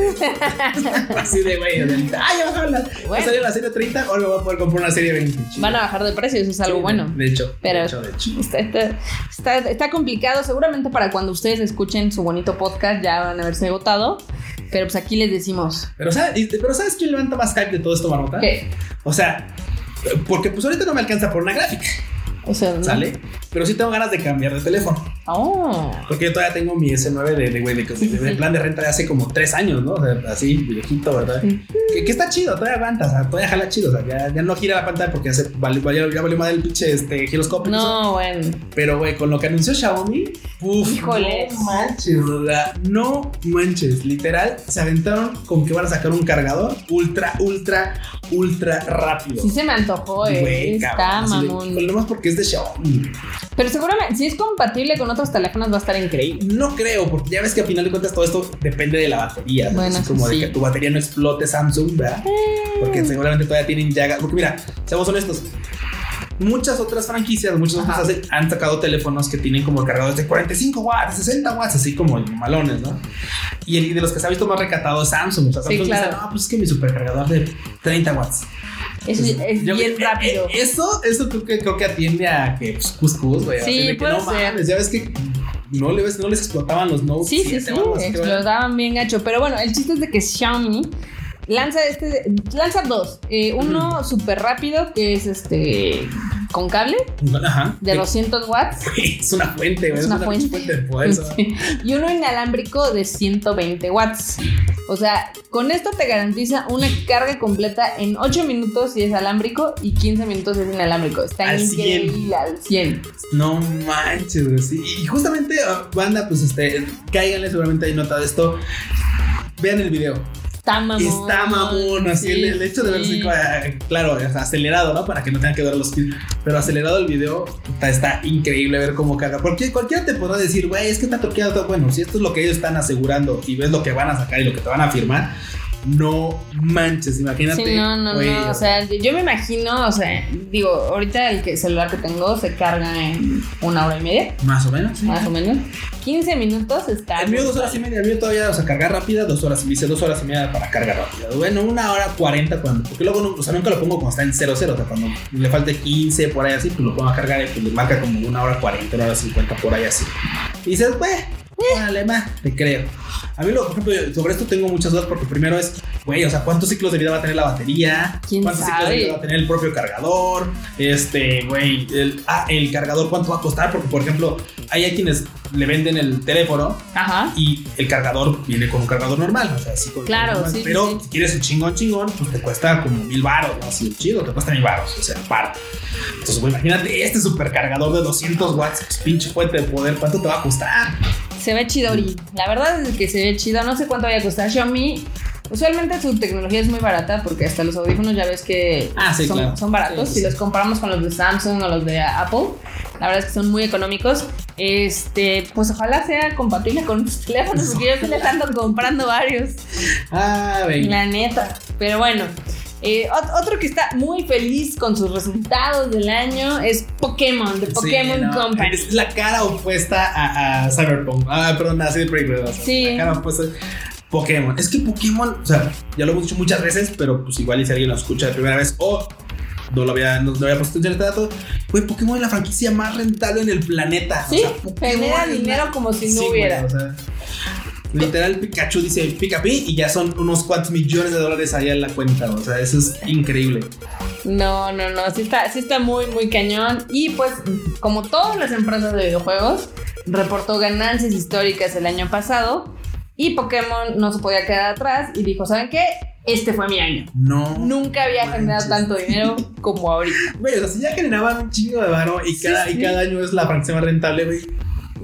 Speaker 2: así de güey, de, ay, ya bajaron la, ya
Speaker 1: Bueno.
Speaker 2: salió la serie 30, ahora voy a poder comprar una serie 20. Chido.
Speaker 1: Van a bajar de precio, eso es algo
Speaker 2: Sí,
Speaker 1: bueno.
Speaker 2: De hecho,
Speaker 1: Pero-
Speaker 2: de hecho, de hecho.
Speaker 1: Está, está, está- está complicado, seguramente para cuando ustedes escuchen su bonito podcast ya van a haberse agotado, pero pues aquí les decimos
Speaker 2: Pero, ¿sabes, pero ¿sabes quién levanta más hype de todo esto, Marmota?
Speaker 1: que,
Speaker 2: O sea, porque pues ahorita no me alcanza por una gráfica.
Speaker 1: o sea, ¿no?
Speaker 2: ¿Sale? Pero sí tengo ganas de cambiar de teléfono.
Speaker 1: Oh.
Speaker 2: Porque yo todavía tengo mi S9 de, de, güey, de- de- de plan de renta de hace como tres años, ¿no? O sea, así, viejito, ¿verdad?
Speaker 1: Sí.
Speaker 2: Que, que está chido, todavía aguanta, o sea, todavía jala chido. O sea, ya, ya no gira la pantalla porque ya, se valió, valió- ya valió madre el pinche este, giroscopio. y eso.
Speaker 1: No, bueno.
Speaker 2: Pero, güey, con lo que anunció Xiaomi, ¡puf!
Speaker 1: Híjole.
Speaker 2: No manches, o sea, no manches. Literal, se aventaron con que van a sacar un cargador ultra, ultra, ultra rápido.
Speaker 1: Sí se me antojó, eh.
Speaker 2: Güey,
Speaker 1: está
Speaker 2: cabrón, así de-
Speaker 1: mamón.
Speaker 2: Lo más porque es de Xiaomi.
Speaker 1: Pero seguramente, si es compatible con otros teléfonos, va a estar increíble.
Speaker 2: No creo, porque ya ves que al final de cuentas todo esto depende de la batería. ¿no?
Speaker 1: Bueno,
Speaker 2: Así
Speaker 1: eso
Speaker 2: como
Speaker 1: sí.
Speaker 2: de que tu batería no explote Samsung, ¿verdad?
Speaker 1: Mm.
Speaker 2: Porque seguramente todavía tienen ya. Porque mira, seamos honestos. Muchas otras franquicias, muchas
Speaker 1: Ajá.
Speaker 2: otras hacen- han sacado teléfonos que tienen como cargadores de 45 watts, 60 watts, así como malones, ¿no? Y el, de los que se ha visto más recatado es Samsung. O sea,
Speaker 1: Sí,
Speaker 2: Samsung dice,
Speaker 1: claro.
Speaker 2: no, pues es que mi supercargador de 30 watts.
Speaker 1: Es,
Speaker 2: Entonces,
Speaker 1: es
Speaker 2: yo-
Speaker 1: bien
Speaker 2: eh,
Speaker 1: rápido.
Speaker 2: eh, Eso, eso creo que, creo que atiende a que pues, Cuscus, güey.
Speaker 1: Sí,
Speaker 2: así de que
Speaker 1: puede
Speaker 2: no
Speaker 1: ser.
Speaker 2: mames, ya ves que no, le ves, no les explotaban los notes.
Speaker 1: sí, sí, sí, explotaban bien gacho. Pero bueno, el chiste es de que Xiaomi lanza este, lanza dos. Eh, uno súper rápido, que es este con cable
Speaker 2: Ajá.
Speaker 1: de 200 watts.
Speaker 2: Es una fuente, güey. Es una, fuente. de poder. ¿sabes?
Speaker 1: Pues Sí. Y uno inalámbrico de 120 watts. O sea, con esto te garantiza una carga completa en 8 minutos si es alámbrico y 15 minutos si es inalámbrico. Está
Speaker 2: Al
Speaker 1: increíble
Speaker 2: 100.
Speaker 1: al 100.
Speaker 2: No manches, güey. sí. Y justamente, ah, banda, pues este, cáiganle, seguramente hay nota de esto. Vean el video.
Speaker 1: Está mamón.
Speaker 2: Está mamón. Así
Speaker 1: Sí,
Speaker 2: el, el hecho de verse,
Speaker 1: sí.
Speaker 2: ah, claro, o sea, acelerado, ¿no? Para que no tengan que ver los pies. Pero acelerado el video está, está increíble ver cómo caga. Porque cualquiera te podrá decir, güey, es que está truqueado. todo". Bueno, si esto es lo que ellos están asegurando y ves lo que van a sacar y lo que te van a firmar, no manches. Imagínate.
Speaker 1: Sí, no, no,
Speaker 2: güey,
Speaker 1: no. O sea, yo yo me imagino, o sea, digo, ahorita el que- celular que tengo se carga en una hora y media,
Speaker 2: más o menos. sí.
Speaker 1: más o menos. 15 minutos está.
Speaker 2: El mío dos horas y media, el mío todavía, o sea, cargar rápida, dos horas, me dice dos horas y media para carga rápida. Bueno, una hora cuarenta cuando, porque luego, no- o sea, nunca lo pongo cuando está en 0, 0, o sea, cuando le falte 15 por ahí así, pues lo pongo a cargar y pues le marca como una hora cuarenta, una hora cincuenta por ahí así. Y dices, güey,
Speaker 1: Eh".
Speaker 2: dale más, te creo. A mí, luego, por ejemplo, yo sobre esto tengo muchas dudas porque primero es, güey, o sea, ¿cuántos ciclos de vida va a tener la batería?
Speaker 1: ¿Quién
Speaker 2: ¿Cuántos ciclos de
Speaker 1: sabe?
Speaker 2: vida va a tener el propio cargador? Este, güey, el, ah, el cargador, ¿cuánto va a costar? Porque, por ejemplo, hay a quienes le venden el teléfono
Speaker 1: Ajá.
Speaker 2: y el cargador viene con un cargador normal, o sea, así con el
Speaker 1: Claro,
Speaker 2: cargador normal.
Speaker 1: sí, sí,
Speaker 2: Pero
Speaker 1: sí.
Speaker 2: si quieres un chingón, chingón, pues te cuesta como mil baros, ¿no? Así chido, te cuesta mil baros, o sea, aparte. Entonces, güey, imagínate este supercargador de 200 watts, pues, pinche fuente de poder, ¿cuánto te va a costar?
Speaker 1: Se ve chido, Ori. La verdad es que se ve chido. No sé cuánto vaya a costar Xiaomi. Usualmente su tecnología es muy barata porque hasta los audífonos ya ves que
Speaker 2: Ah, sí,
Speaker 1: son,
Speaker 2: claro.
Speaker 1: son baratos.
Speaker 2: Sí,
Speaker 1: Si
Speaker 2: sí.
Speaker 1: los comparamos con los de Samsung o los de Apple, la verdad es que son muy económicos. Este, pues ojalá sea compatible con tus teléfonos porque yo se les ando comprando varios.
Speaker 2: Ah, venga.
Speaker 1: La neta. Pero bueno. eh, ot- otro que está muy feliz con sus resultados del año es Pokémon, de Pokémon
Speaker 2: Sí, no,
Speaker 1: Company.
Speaker 2: Es la cara opuesta a, a Cyberpunk. Ah, perdón, a City Break, ¿verdad? O sea,
Speaker 1: Sí.
Speaker 2: La cara opuesta. Pokémon. Es que Pokémon, o sea, ya lo hemos dicho muchas veces, pero pues igual y si alguien lo escucha de primera vez o no lo había, no, no había puesto en este dato, güey, Pokémon es la franquicia más rentable en el planeta.
Speaker 1: Sí,
Speaker 2: Pokémon
Speaker 1: genera
Speaker 2: es la-
Speaker 1: dinero como si no
Speaker 2: Sí, güey,
Speaker 1: hubiera.
Speaker 2: o sea, Literal, Pikachu dice pica pi y ya son unos cuantos millones de dólares allá en la cuenta. O sea, eso es increíble.
Speaker 1: No, no, no, sí está, sí está muy, muy cañón. Y pues, como todas las empresas de videojuegos, reportó ganancias históricas el año pasado. Y Pokémon no se podía quedar atrás y dijo, ¿saben qué? Este fue mi año.
Speaker 2: No.
Speaker 1: Nunca había generado
Speaker 2: Manches.
Speaker 1: tanto dinero como ahorita.
Speaker 2: Güey, o sea, si ya generaban un chingo de varo y cada,
Speaker 1: Sí,
Speaker 2: y cada año es la franquicia más rentable, güey.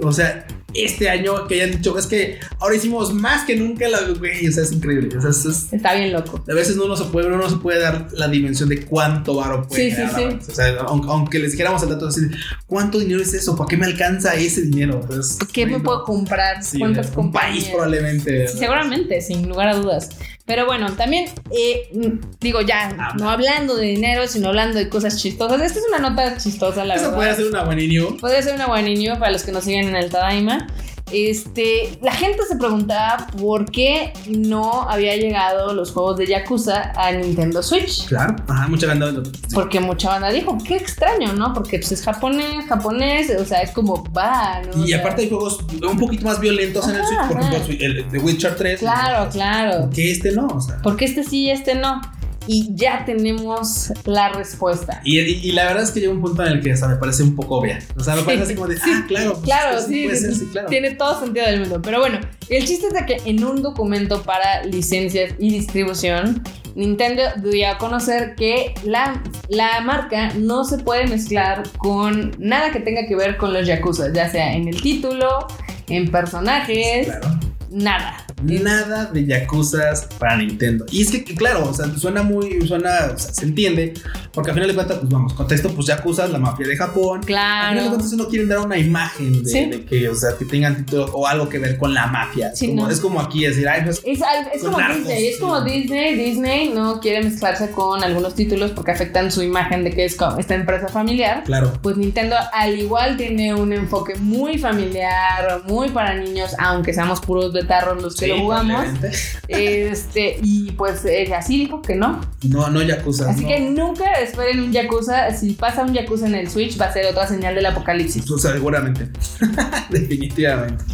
Speaker 2: O sea, este año que hayan dicho, es que ahora hicimos más que nunca la, güey. O sea, es increíble. O sea, es- es-
Speaker 1: Está bien loco.
Speaker 2: a veces uno no se puede, uno no se puede dar la dimensión de cuánto varo puede
Speaker 1: Sí, sí,
Speaker 2: generar la
Speaker 1: sí.
Speaker 2: franquicia. O sea, aunque, aunque les dijéramos el dato así, ¿cuánto dinero es eso? ¿Para qué me alcanza ese dinero? Pues,
Speaker 1: ¿Qué
Speaker 2: güey,
Speaker 1: me
Speaker 2: no.
Speaker 1: puedo comprar?
Speaker 2: Sí,
Speaker 1: ¿Cuántas
Speaker 2: un país
Speaker 1: compañías?
Speaker 2: probablemente.
Speaker 1: Sí, Seguramente, sin lugar a dudas. Pero bueno, también eh, mm, digo ya,
Speaker 2: Habla.
Speaker 1: no hablando de dinero, sino hablando de cosas chistosas. Esta es una nota chistosa, la
Speaker 2: Eso
Speaker 1: verdad.
Speaker 2: puede ser una buena news.
Speaker 1: Podría ser una buena niño para los que nos siguen en el Tadaima. Este, la gente se preguntaba por qué no había llegado los juegos de Yakuza a Nintendo Switch.
Speaker 2: Claro. Ajá, mucha banda. Sí.
Speaker 1: Porque mucha banda dijo, qué extraño, ¿no? Porque pues, es japonés, japonés, o sea, es como va, ¿no? O
Speaker 2: Y
Speaker 1: sea,
Speaker 2: aparte hay juegos un poquito más violentos en el
Speaker 1: Ajá,
Speaker 2: Switch, por
Speaker 1: ajá.
Speaker 2: ejemplo, el The Witcher 3.
Speaker 1: Claro, claro.
Speaker 2: Que este no, o sea.
Speaker 1: Porque este sí y este no? Y ya tenemos la respuesta.
Speaker 2: Y, y- y la verdad es que llega un punto en el que hasta me parece un poco obvia. O sea, me parece así como de, ah, claro, pues,
Speaker 1: Claro,
Speaker 2: esto
Speaker 1: sí,
Speaker 2: puede
Speaker 1: sí,
Speaker 2: ser,
Speaker 1: sí,
Speaker 2: sí, claro.
Speaker 1: Tiene todo sentido del mundo. Pero bueno, el chiste es de que en un documento para licencias y distribución, Nintendo dio a conocer que la, la marca no se puede mezclar con nada que tenga que ver con los Yakuza, ya sea en el título, en personajes,
Speaker 2: Claro.
Speaker 1: nada.
Speaker 2: Nada de yakuzas para Nintendo. Y es que, que claro, o sea, suena muy, suena, o sea, se entiende, porque al final de cuentas, pues vamos, contexto, pues yakuzas, la mafia de Japón. Al final de
Speaker 1: Claro.
Speaker 2: cuentas, no quieren dar una imagen de,
Speaker 1: Sí.
Speaker 2: de que, o sea, que tengan título o algo que ver con la mafia. Es
Speaker 1: Sí,
Speaker 2: como-
Speaker 1: no.
Speaker 2: es como aquí decir, ay, pues
Speaker 1: Es, al- es
Speaker 2: Con
Speaker 1: como
Speaker 2: narcos,
Speaker 1: Disney, es
Speaker 2: sí.
Speaker 1: como Disney. Disney no quiere mezclarse con algunos títulos porque afectan su imagen de que es como esta empresa familiar.
Speaker 2: Claro.
Speaker 1: Pues Nintendo al igual tiene un enfoque muy familiar, muy para niños, aunque seamos puros betarros los que
Speaker 2: Sí,
Speaker 1: lo jugamos.
Speaker 2: probablemente.
Speaker 1: Este, y pues eh, así dijo que no.
Speaker 2: No, no Yakuza.
Speaker 1: Así
Speaker 2: no.
Speaker 1: que nunca esperen un Yakuza. Si pasa un Yakuza en el Switch va a ser otra señal del apocalipsis.
Speaker 2: O sea, seguramente. Definitivamente.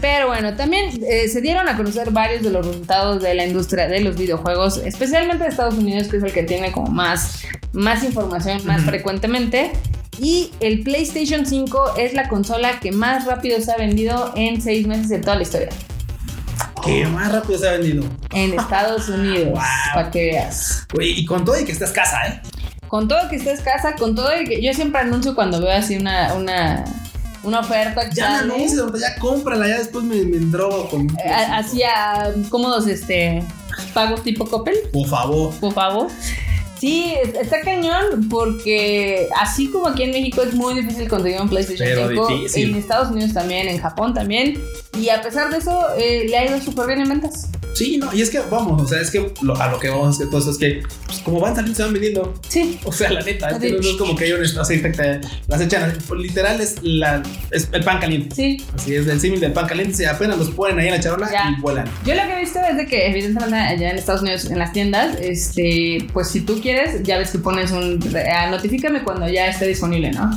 Speaker 1: Pero bueno, también eh, se dieron a conocer varios de los resultados de la industria de los videojuegos, especialmente de Estados Unidos, que es el que tiene como más, más información más
Speaker 2: Ujú.
Speaker 1: frecuentemente. Y el PlayStation 5 es la consola que más rápido se ha vendido en seis meses de toda la historia. Oh.
Speaker 2: Que más rápido se ha vendido.
Speaker 1: En Estados Unidos,
Speaker 2: Wow.
Speaker 1: para que veas.
Speaker 2: Güey, y con todo y que está escasa, ¿eh?
Speaker 1: Con todo que estés casa, con todo y que yo siempre anuncio cuando veo así una, una, una oferta. que
Speaker 2: Ya
Speaker 1: sale.
Speaker 2: no, ya cómprala, ya después me, me endrogo con.
Speaker 1: Eh, a- Así a cómodos este, pagos tipo Coppel.
Speaker 2: Por favor.
Speaker 1: por favor. Sí, es- está cañón porque así como aquí en México es muy difícil conseguir un PlayStation
Speaker 2: Pero
Speaker 1: 5,
Speaker 2: difícil.
Speaker 1: en Estados Unidos también, en Japón también, y a pesar de eso eh, le ha ido súper bien en ventas.
Speaker 2: Sí, no, y es que vamos, o sea, es que lo- a lo que vamos es que todo eso es que, pues, como van saliendo, se van vendiendo.
Speaker 1: Sí,
Speaker 2: O sea, la neta, es que
Speaker 1: Así.
Speaker 2: no es como que hay una así, exacta, Las echan, literal, es, la, es el pan caliente.
Speaker 1: sí.
Speaker 2: Así es, el símil del pan caliente, se apenas los ponen ahí en la charola
Speaker 1: Ya.
Speaker 2: y vuelan.
Speaker 1: Yo lo que he visto es de que evidentemente allá en Estados Unidos, en las tiendas, este, pues si tú quieres, ya ves que pones un, ah, notifícame cuando ya esté disponible, ¿no?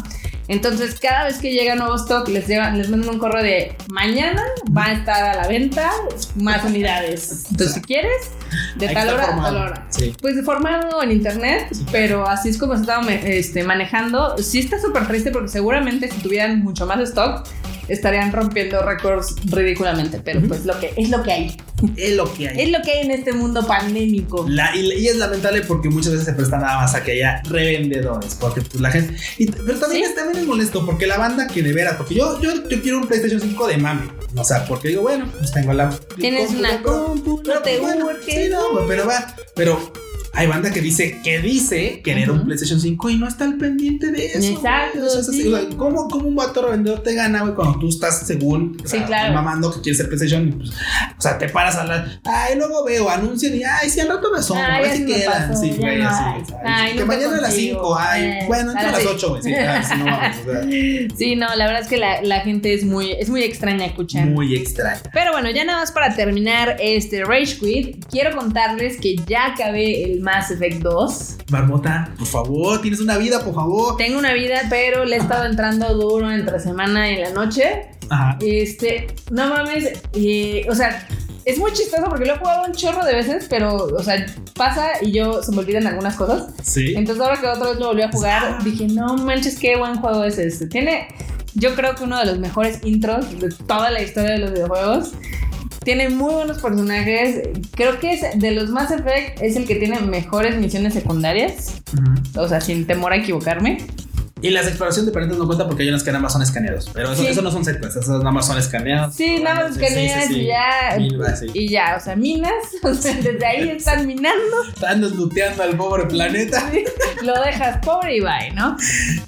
Speaker 1: Entonces, cada vez que llega nuevo stock, les, llevan, les mandan un correo de mañana va a estar a la venta más unidades. Entonces, si quieres, de
Speaker 2: Hay que
Speaker 1: tal
Speaker 2: estar
Speaker 1: hora a tal
Speaker 2: formado.
Speaker 1: hora.
Speaker 2: Sí.
Speaker 1: Pues formado en internet, pero así es como se estaba me- este, manejando. Sí está súper triste porque seguramente si tuvieran mucho más stock, estarían rompiendo récords ridículamente, pero
Speaker 2: Ujú.
Speaker 1: pues lo que es lo que hay.
Speaker 2: Es lo que hay.
Speaker 1: Es lo que hay en este mundo pandémico.
Speaker 2: La- y, y es lamentable porque muchas veces se presta nada más a que haya revendedores. Porque pues, la gente. y- pero también,
Speaker 1: Sí.
Speaker 2: es, también es molesto porque la banda que de veras. Porque yo, yo, yo quiero un PlayStation 5 de mame. O sea, porque digo, bueno, pues tengo la.
Speaker 1: Tienes
Speaker 2: compu,
Speaker 1: una
Speaker 2: la compu,
Speaker 1: compu, no
Speaker 2: pero,
Speaker 1: te
Speaker 2: pues, bueno,
Speaker 1: urge.
Speaker 2: sí, no, güey, pero va. Pero hay banda que dice, que dice querer un
Speaker 1: Ujú.
Speaker 2: PlayStation 5 y no está al pendiente de eso. güey.
Speaker 1: Exacto,
Speaker 2: O sea, es así,
Speaker 1: sí.
Speaker 2: o sea, ¿cómo, ¿Cómo un vato revendedor te gana, güey, cuando tú estás según o
Speaker 1: Sí,
Speaker 2: sea,
Speaker 1: claro.
Speaker 2: mamando que quieres ser PlayStation? y, pues, o sea, te paras a hablar, ay, luego veo, anuncian y ay, si al rato me son,
Speaker 1: Ay,
Speaker 2: a ver
Speaker 1: así
Speaker 2: si
Speaker 1: me
Speaker 2: quedan.
Speaker 1: pasó,
Speaker 2: sí,
Speaker 1: ya
Speaker 2: güey,
Speaker 1: no
Speaker 2: así,
Speaker 1: hay.
Speaker 2: o sea,
Speaker 1: Ay,
Speaker 2: que
Speaker 1: nunca
Speaker 2: mañana a las
Speaker 1: consigo,
Speaker 2: 5, ay,
Speaker 1: eh,
Speaker 2: bueno,
Speaker 1: a
Speaker 2: entra a
Speaker 1: las
Speaker 2: las
Speaker 1: seis.
Speaker 2: 8, güey, sí, ay, sí, no vamos, o sea,
Speaker 1: Sí, no, la verdad es que la, la gente es muy, es muy extraña escuchando.
Speaker 2: muy extraño.
Speaker 1: Pero bueno, ya nada más para terminar este Rage Quit, quiero contarles que ya acabé el Mass Effect 2.
Speaker 2: Marmota, por favor, tienes una vida, por favor.
Speaker 1: Tengo una vida, pero le he estado entrando duro entre semana y la noche.
Speaker 2: Ajá.
Speaker 1: Este, no mames, eh, o sea, es muy chistoso porque lo he jugado un chorro de veces, pero, o sea, pasa y yo se me olvidan algunas cosas.
Speaker 2: Sí.
Speaker 1: Entonces ahora que otra vez lo volví a jugar, dije, no manches, qué buen juego es este. Tiene, yo creo que uno de los mejores intros de toda la historia de los videojuegos. Tiene muy buenos personajes. Creo que es de los Mass Effect es el que tiene mejores misiones secundarias.
Speaker 2: Ujú.
Speaker 1: O sea, sin temor a equivocarme.
Speaker 2: Y las exploraciones de planetas no cuentan porque hay unas que nada más son escaneados. Pero eso,
Speaker 1: Sí.
Speaker 2: eso no son secuencias, esas nada más son escaneados.
Speaker 1: Sí, nada más
Speaker 2: Ah, Sí,
Speaker 1: que
Speaker 2: sí, sí, sí.
Speaker 1: y ya.
Speaker 2: Mil más, sí.
Speaker 1: Y ya, o sea, minas. O sea, desde ahí están minando.
Speaker 2: Andas looteando al pobre planeta.
Speaker 1: Lo dejas pobre y bye, ¿no?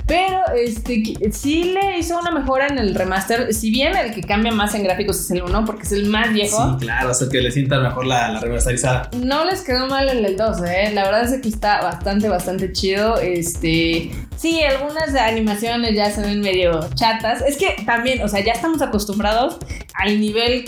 Speaker 1: Pero este qui- sí le hizo una mejora en el remaster. Si bien el que cambia más en gráficos es el 1, porque es el más
Speaker 2: Sí,
Speaker 1: viejo.
Speaker 2: claro, o sea que le sientan mejor la, la reversarizada.
Speaker 1: No les quedó mal el del 2, ¿eh? La verdad es que está bastante, bastante chido. Este. Sí, algunas animaciones ya se ven medio chatas. Es que también, o sea, ya estamos acostumbrados al nivel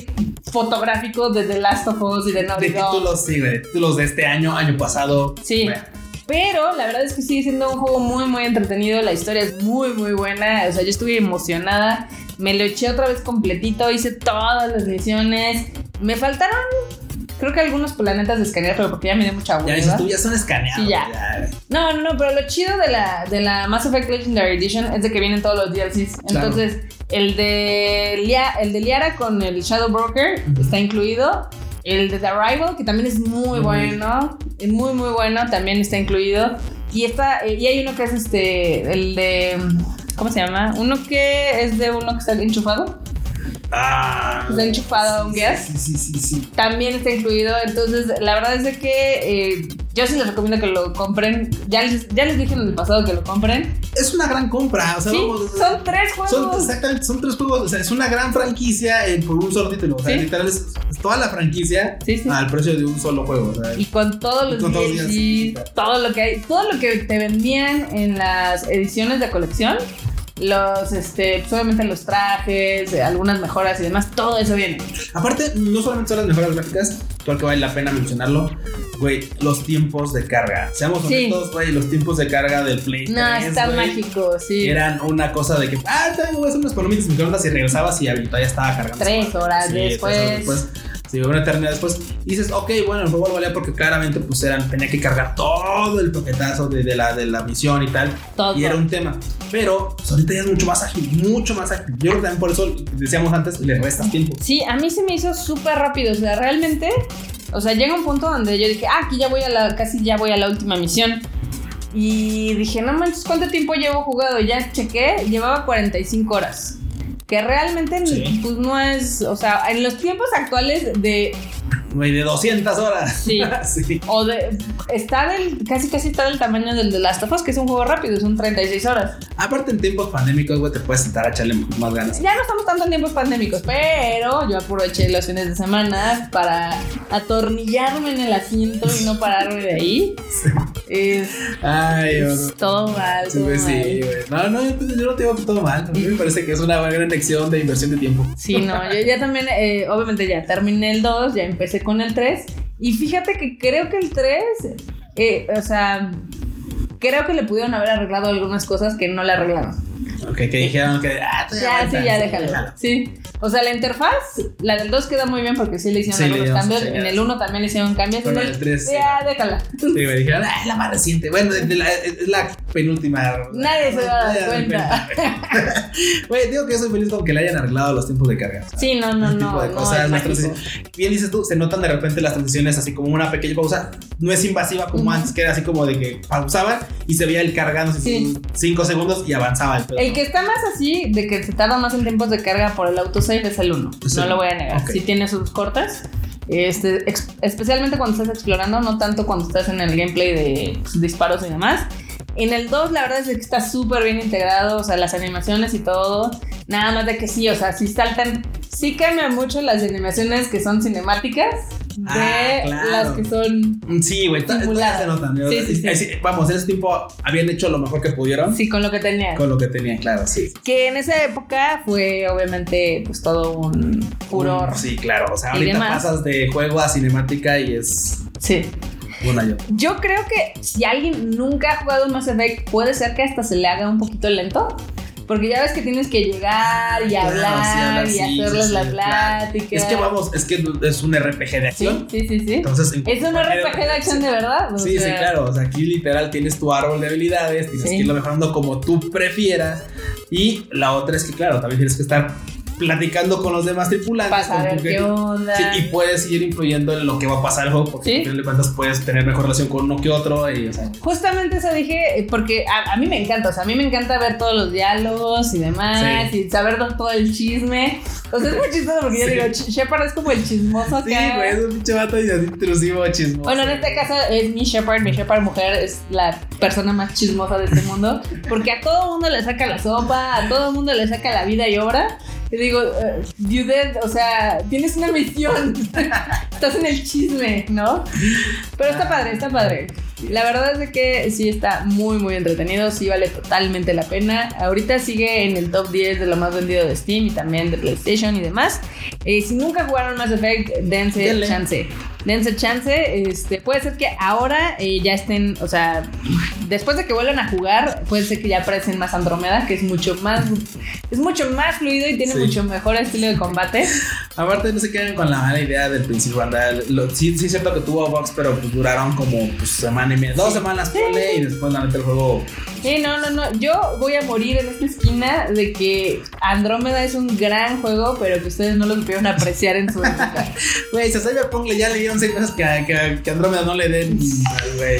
Speaker 1: fotográfico de The Last of Us y de
Speaker 2: De
Speaker 1: Naughty Dog.
Speaker 2: títulos, sí, güey, de títulos de este año, año pasado.
Speaker 1: Sí.
Speaker 2: Bueno,
Speaker 1: Pero la verdad es que sigue siendo un juego muy, muy entretenido. La historia es muy, muy buena. O sea, yo estuve emocionada. Me lo eché otra vez completito. Hice todas las misiones. Me faltaron. Creo que algunos planetas de escanear, pero porque ya me dio mucha hueva.
Speaker 2: ya dices tú, ya son escaneados.
Speaker 1: Sí, ya. No, no, no, pero lo chido de la, de la Mass Effect Legendary Edition es de que vienen todos los DLCs.
Speaker 2: Claro.
Speaker 1: Entonces, el de, Lia- el de Liara con el Shadow Broker
Speaker 2: Ujú.
Speaker 1: está incluido. El de The Arrival, que también es muy
Speaker 2: Muy
Speaker 1: bueno. es Muy, muy bueno, también está incluido. Y, está, eh, y hay uno que es este, el de... ¿Cómo se llama? Uno que es de uno que está enchufado.
Speaker 2: Ah.
Speaker 1: Está Pues enchufado a un
Speaker 2: Sí,
Speaker 1: gas.
Speaker 2: Sí, sí, sí, sí.
Speaker 1: También está incluido. Entonces, la verdad es de que eh, yo sí les recomiendo que lo compren. Ya les, ya les dije en el pasado que lo compren.
Speaker 2: Es una gran compra. O sea,
Speaker 1: Sí,
Speaker 2: vamos,
Speaker 1: son tres juegos.
Speaker 2: Son, exactamente, son tres juegos. O sea, es una gran franquicia eh, por un solo título. O sea,
Speaker 1: Sí.
Speaker 2: literal es, es toda la franquicia
Speaker 1: Sí, sí.
Speaker 2: al precio de un solo juego. O sea,
Speaker 1: Y con todos
Speaker 2: Ah, Y
Speaker 1: los
Speaker 2: con todos los
Speaker 1: DLCs,
Speaker 2: DLCs.
Speaker 1: todo lo que hay, todo lo que te vendían en las ediciones de colección, los este, pues, obviamente los trajes, eh, algunas mejoras y demás, todo eso viene.
Speaker 2: Aparte, no solamente son las mejoras gráficas, creo que vale la pena mencionarlo. Güey, los tiempos de carga. Seamos
Speaker 1: Sí.
Speaker 2: honestos, güey, los tiempos de carga del Play
Speaker 1: No,
Speaker 2: 3,
Speaker 1: está
Speaker 2: güey,
Speaker 1: mágico, sí.
Speaker 2: Eran una cosa de que, ah, también voy a hacer unas palomitas en microondas y regresabas y habilitaba ya estaba cargando.
Speaker 1: Tres horas
Speaker 2: Sí, tres
Speaker 1: después.
Speaker 2: horas Sí, una eternidad después. Y dices, ok, bueno, el juego valía porque claramente pues eran, tenía que cargar todo el paquetazo de, de la, de la misión y tal.
Speaker 1: todo.
Speaker 2: Y era un tema. Pero pues, ahorita ya es mucho más ágil, mucho más ágil. Yo creo que también por eso decíamos antes, le restas tiempo.
Speaker 1: Sí, a mí se me hizo súper rápido, o sea, realmente, o sea, llega un punto donde yo dije, ah, aquí ya voy a la, casi ya voy a la última misión. Y dije, no manches, ¿cuánto tiempo llevo jugado? Ya chequé, llevaba 45 horas. Que realmente,
Speaker 2: Sí.
Speaker 1: pues no es, o sea, en los tiempos actuales de,
Speaker 2: Güey, de 200 horas.
Speaker 1: sí,
Speaker 2: Sí.
Speaker 1: o de, está del, casi casi está del tamaño del de Last of Us, que es un juego rápido, son 36 horas.
Speaker 2: Aparte, en tiempos pandémicos, güey, te puedes sentar a echarle más ganas.
Speaker 1: Ya no estamos tanto en tiempos pandémicos, pero yo aproveché los fines de semana para atornillarme en el asiento y no pararme de ahí. Es,
Speaker 2: Ay,
Speaker 1: es
Speaker 2: güey.
Speaker 1: todo mal.
Speaker 2: Sí,
Speaker 1: todo
Speaker 2: güey, sí,
Speaker 1: mal.
Speaker 2: güey. No, no, yo, pues, yo no te digo que todo mal. A mí me parece que es una gran lección de inversión de tiempo.
Speaker 1: Sí, no, yo ya también, eh, obviamente ya terminé el 2, ya empecé con el 3. Y fíjate que creo que el 3, eh, o sea, creo que le pudieron haber arreglado algunas cosas que no le arreglaron.
Speaker 2: Ok, que dijeron que. Ah, tú
Speaker 1: Ya, sí,
Speaker 2: aguanta,
Speaker 1: ya déjalo. Sí. O sea, la interfaz, la del 2 queda muy bien porque sí le hicieron
Speaker 2: Sí, le
Speaker 1: algunos
Speaker 2: dieron sus
Speaker 1: cambios. En
Speaker 2: señales.
Speaker 1: el 1 también le hicieron cambios.
Speaker 2: Pero
Speaker 1: en
Speaker 2: el 3 sí.
Speaker 1: Ya, déjala.
Speaker 2: Sí, me dijeron, ah, es la más reciente. Bueno, es de la, es la penúltima.
Speaker 1: Nadie se va a dar cuenta.
Speaker 2: Güey, digo que yo soy feliz con que le hayan arreglado los tiempos de carga. O sea,
Speaker 1: Sí, no, no,
Speaker 2: ese
Speaker 1: no.
Speaker 2: tipo de
Speaker 1: no,
Speaker 2: cosas,
Speaker 1: es
Speaker 2: las
Speaker 1: mágico.
Speaker 2: transiciones. Bien dices tú, se notan de repente las transiciones así como una pequeña pausa. No es invasiva como
Speaker 1: Ujú.
Speaker 2: antes, que era así como de que pausaban y se veía el cargando
Speaker 1: Sí.
Speaker 2: 5 segundos y avanzaba el pedo.
Speaker 1: El que está más así, de que se tarda más en tiempos de carga por el autosave, es el 1.
Speaker 2: Sí.
Speaker 1: No lo voy a negar.
Speaker 2: Ok.
Speaker 1: Sí tiene sus cortas. Este, ex- especialmente cuando estás explorando, no tanto cuando estás en el gameplay de pues, disparos y demás. En el 2, la verdad es que está súper bien integrado, o sea, las animaciones y todo. Nada más de que sí, o sea, sí saltan. Sí cambian mucho las animaciones que son cinemáticas de
Speaker 2: Ah, claro.
Speaker 1: las que son.
Speaker 2: Mm, Sí, güey, ta-
Speaker 1: Simulada.
Speaker 2: ta- se notan. ¿no?
Speaker 1: Sí, sí, sí.
Speaker 2: Es- es- Vamos, en ese tiempo habían hecho lo mejor que pudieron
Speaker 1: Sí, con lo que tenían.
Speaker 2: con lo que tenían, claro, sí.
Speaker 1: Que en esa época fue obviamente pues todo un furor.
Speaker 2: Mm, Sí, claro. O sea,
Speaker 1: Y
Speaker 2: ahorita
Speaker 1: demás.
Speaker 2: pasas de juego a cinemática y es
Speaker 1: Sí.
Speaker 2: una yo.
Speaker 1: Yo creo que si alguien nunca ha jugado un Mass Effect, puede ser que hasta se le haga un poquito lento. Porque ya ves que tienes que llegar y
Speaker 2: Claro, sí,
Speaker 1: hablar
Speaker 2: hablar,
Speaker 1: y
Speaker 2: sí,
Speaker 1: hacerles
Speaker 2: sí,
Speaker 1: la
Speaker 2: sí, claro.
Speaker 1: plática.
Speaker 2: Es que vamos, es que es un RPG de
Speaker 1: Sí,
Speaker 2: acción.
Speaker 1: sí, sí, sí.
Speaker 2: Entonces, en
Speaker 1: Es un
Speaker 2: cualquier-
Speaker 1: RPG de acción de verdad. o
Speaker 2: Sí, sí,
Speaker 1: sea,
Speaker 2: claro. O sea, aquí literal tienes tu árbol de habilidades, tienes
Speaker 1: Sí.
Speaker 2: que irlo mejorando como tú prefieras. Y la otra es que, claro, también tienes que estar platicando con los demás tripulantes.
Speaker 1: Vas a
Speaker 2: con
Speaker 1: ver
Speaker 2: tu
Speaker 1: qué
Speaker 2: gente.
Speaker 1: onda.
Speaker 2: Sí, y puedes seguir influyendo en lo que va a pasar el juego, porque
Speaker 1: Sí.
Speaker 2: al final de cuentas puedes tener mejor relación con uno que otro. Y, o sea,
Speaker 1: Justamente eso dije, eh, porque a, a mí me encanta, o sea, a mí me encanta ver todos los diálogos y demás, y saber to- todo el chisme. O sea, es muy chistoso porque yo
Speaker 2: Sí.
Speaker 1: digo, "Ch- Shepard es como el chismoso acá.
Speaker 2: sí, güey, es un pinche vato y así intrusivo, chismoso.
Speaker 1: Bueno, en este caso es mi Shepard. Mi Shepard mujer es la persona más chismosa de este mundo. Porque a todo mundo le saca la sopa, a todo mundo le saca la vida y obra. Y digo, eh, Judith, o sea, tienes una misión. Estás en el chisme, ¿no? Pero está padre, está padre. La verdad es de que sí está muy, muy entretenido. Sí vale totalmente la pena. Ahorita sigue en el top 10 de lo más vendido de Steam y también de PlayStation y demás. Eh, si nunca jugaron Mass Effect, dense
Speaker 2: Denle.
Speaker 1: chance dense chance. Este, puede ser que ahora eh, ya estén, o sea, después de que vuelvan a jugar, puede ser que ya aparecen más Andrómeda, que es mucho más, es mucho más fluido y tiene
Speaker 2: Sí.
Speaker 1: mucho mejor estilo de combate.
Speaker 2: Aparte, no se quedan con la mala idea del principio, banda. Lo- sí, sí, es cierto que tuvo box, pero pues duraron como pues, semana y media, dos semanas, ponle, y después la neta el juego.
Speaker 1: Sí, Eh, no, no, no. Yo voy a morir en esta esquina de que Andrómeda es un gran juego, pero que ustedes no lo supieron apreciar en su época.
Speaker 2: Güey, si a Cyberpunk le- ya le dieron seis cosas que, que, que Andrómeda no le den. Ay, güey.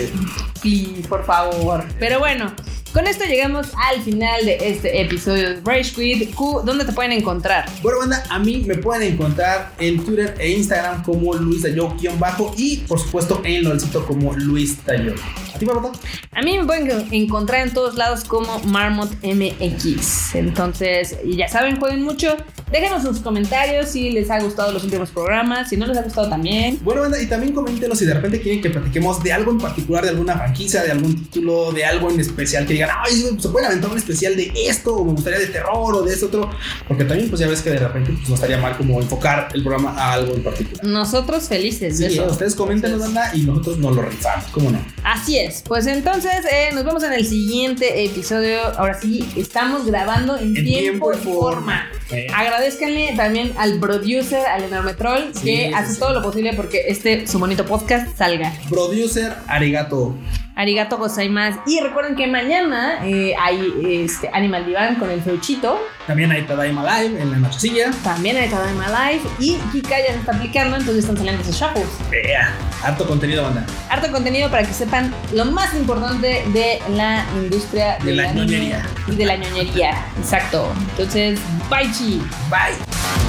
Speaker 1: Please, por favor. Pero bueno, con esto llegamos al final de este episodio de Rage Quit. Q, ¿dónde te pueden encontrar?
Speaker 2: Bueno, banda, a mí me pueden encontrar en Twitter e Instagram como Luis Dayo-bajo y, por supuesto, en LOLcito como Luis Dayo. ¿A ti, papá?
Speaker 1: A mí me pueden encontrar en todos lados como Marmot MX. Entonces, y ya saben, jueguen mucho. Déjenos sus comentarios si les ha gustado los últimos programas, si no les ha gustado también.
Speaker 2: Bueno, banda, y también coméntenos si de repente quieren que platiquemos de algo en particular, de alguna franquicia, de algún título, de algo en especial, que digan, ay, se pueden aventar un especial de esto, o me gustaría de terror, o de esto otro, porque también, pues ya ves que de repente pues, no estaría mal como enfocar el programa a algo en particular.
Speaker 1: Nosotros felices
Speaker 2: Sí,
Speaker 1: de
Speaker 2: eh,
Speaker 1: eso.
Speaker 2: ustedes coméntenos, banda, y nosotros nos lo rifamos, ¿cómo no?
Speaker 1: Así es. Pues entonces, eh, nos vemos en el siguiente episodio. Ahora sí, estamos grabando en,
Speaker 2: En
Speaker 1: tiempo,
Speaker 2: tiempo
Speaker 1: y
Speaker 2: y
Speaker 1: forma.
Speaker 2: Eh,
Speaker 1: Agradezcanle también al producer, al enorme troll,
Speaker 2: Sí,
Speaker 1: que
Speaker 2: sí,
Speaker 1: hace
Speaker 2: sí.
Speaker 1: todo lo posible porque este, su bonito podcast, salga.
Speaker 2: Producer Arigato.
Speaker 1: Arigato gozaimasu. Y recuerden que mañana eh, hay este, Animal Divan con el Feuchito.
Speaker 2: También hay Tadaima Live en la nochecilla.
Speaker 1: También hay Tadaima Live. Y Kika ya se está aplicando, entonces están saliendo sus shuffles.
Speaker 2: Vea, harto contenido, banda.
Speaker 1: Harto contenido para que sepan lo más importante de la industria
Speaker 2: De la
Speaker 1: del anime
Speaker 2: ñoñería.
Speaker 1: Y de la ñoñería. Exacto. Entonces, bye chi.
Speaker 2: Bye.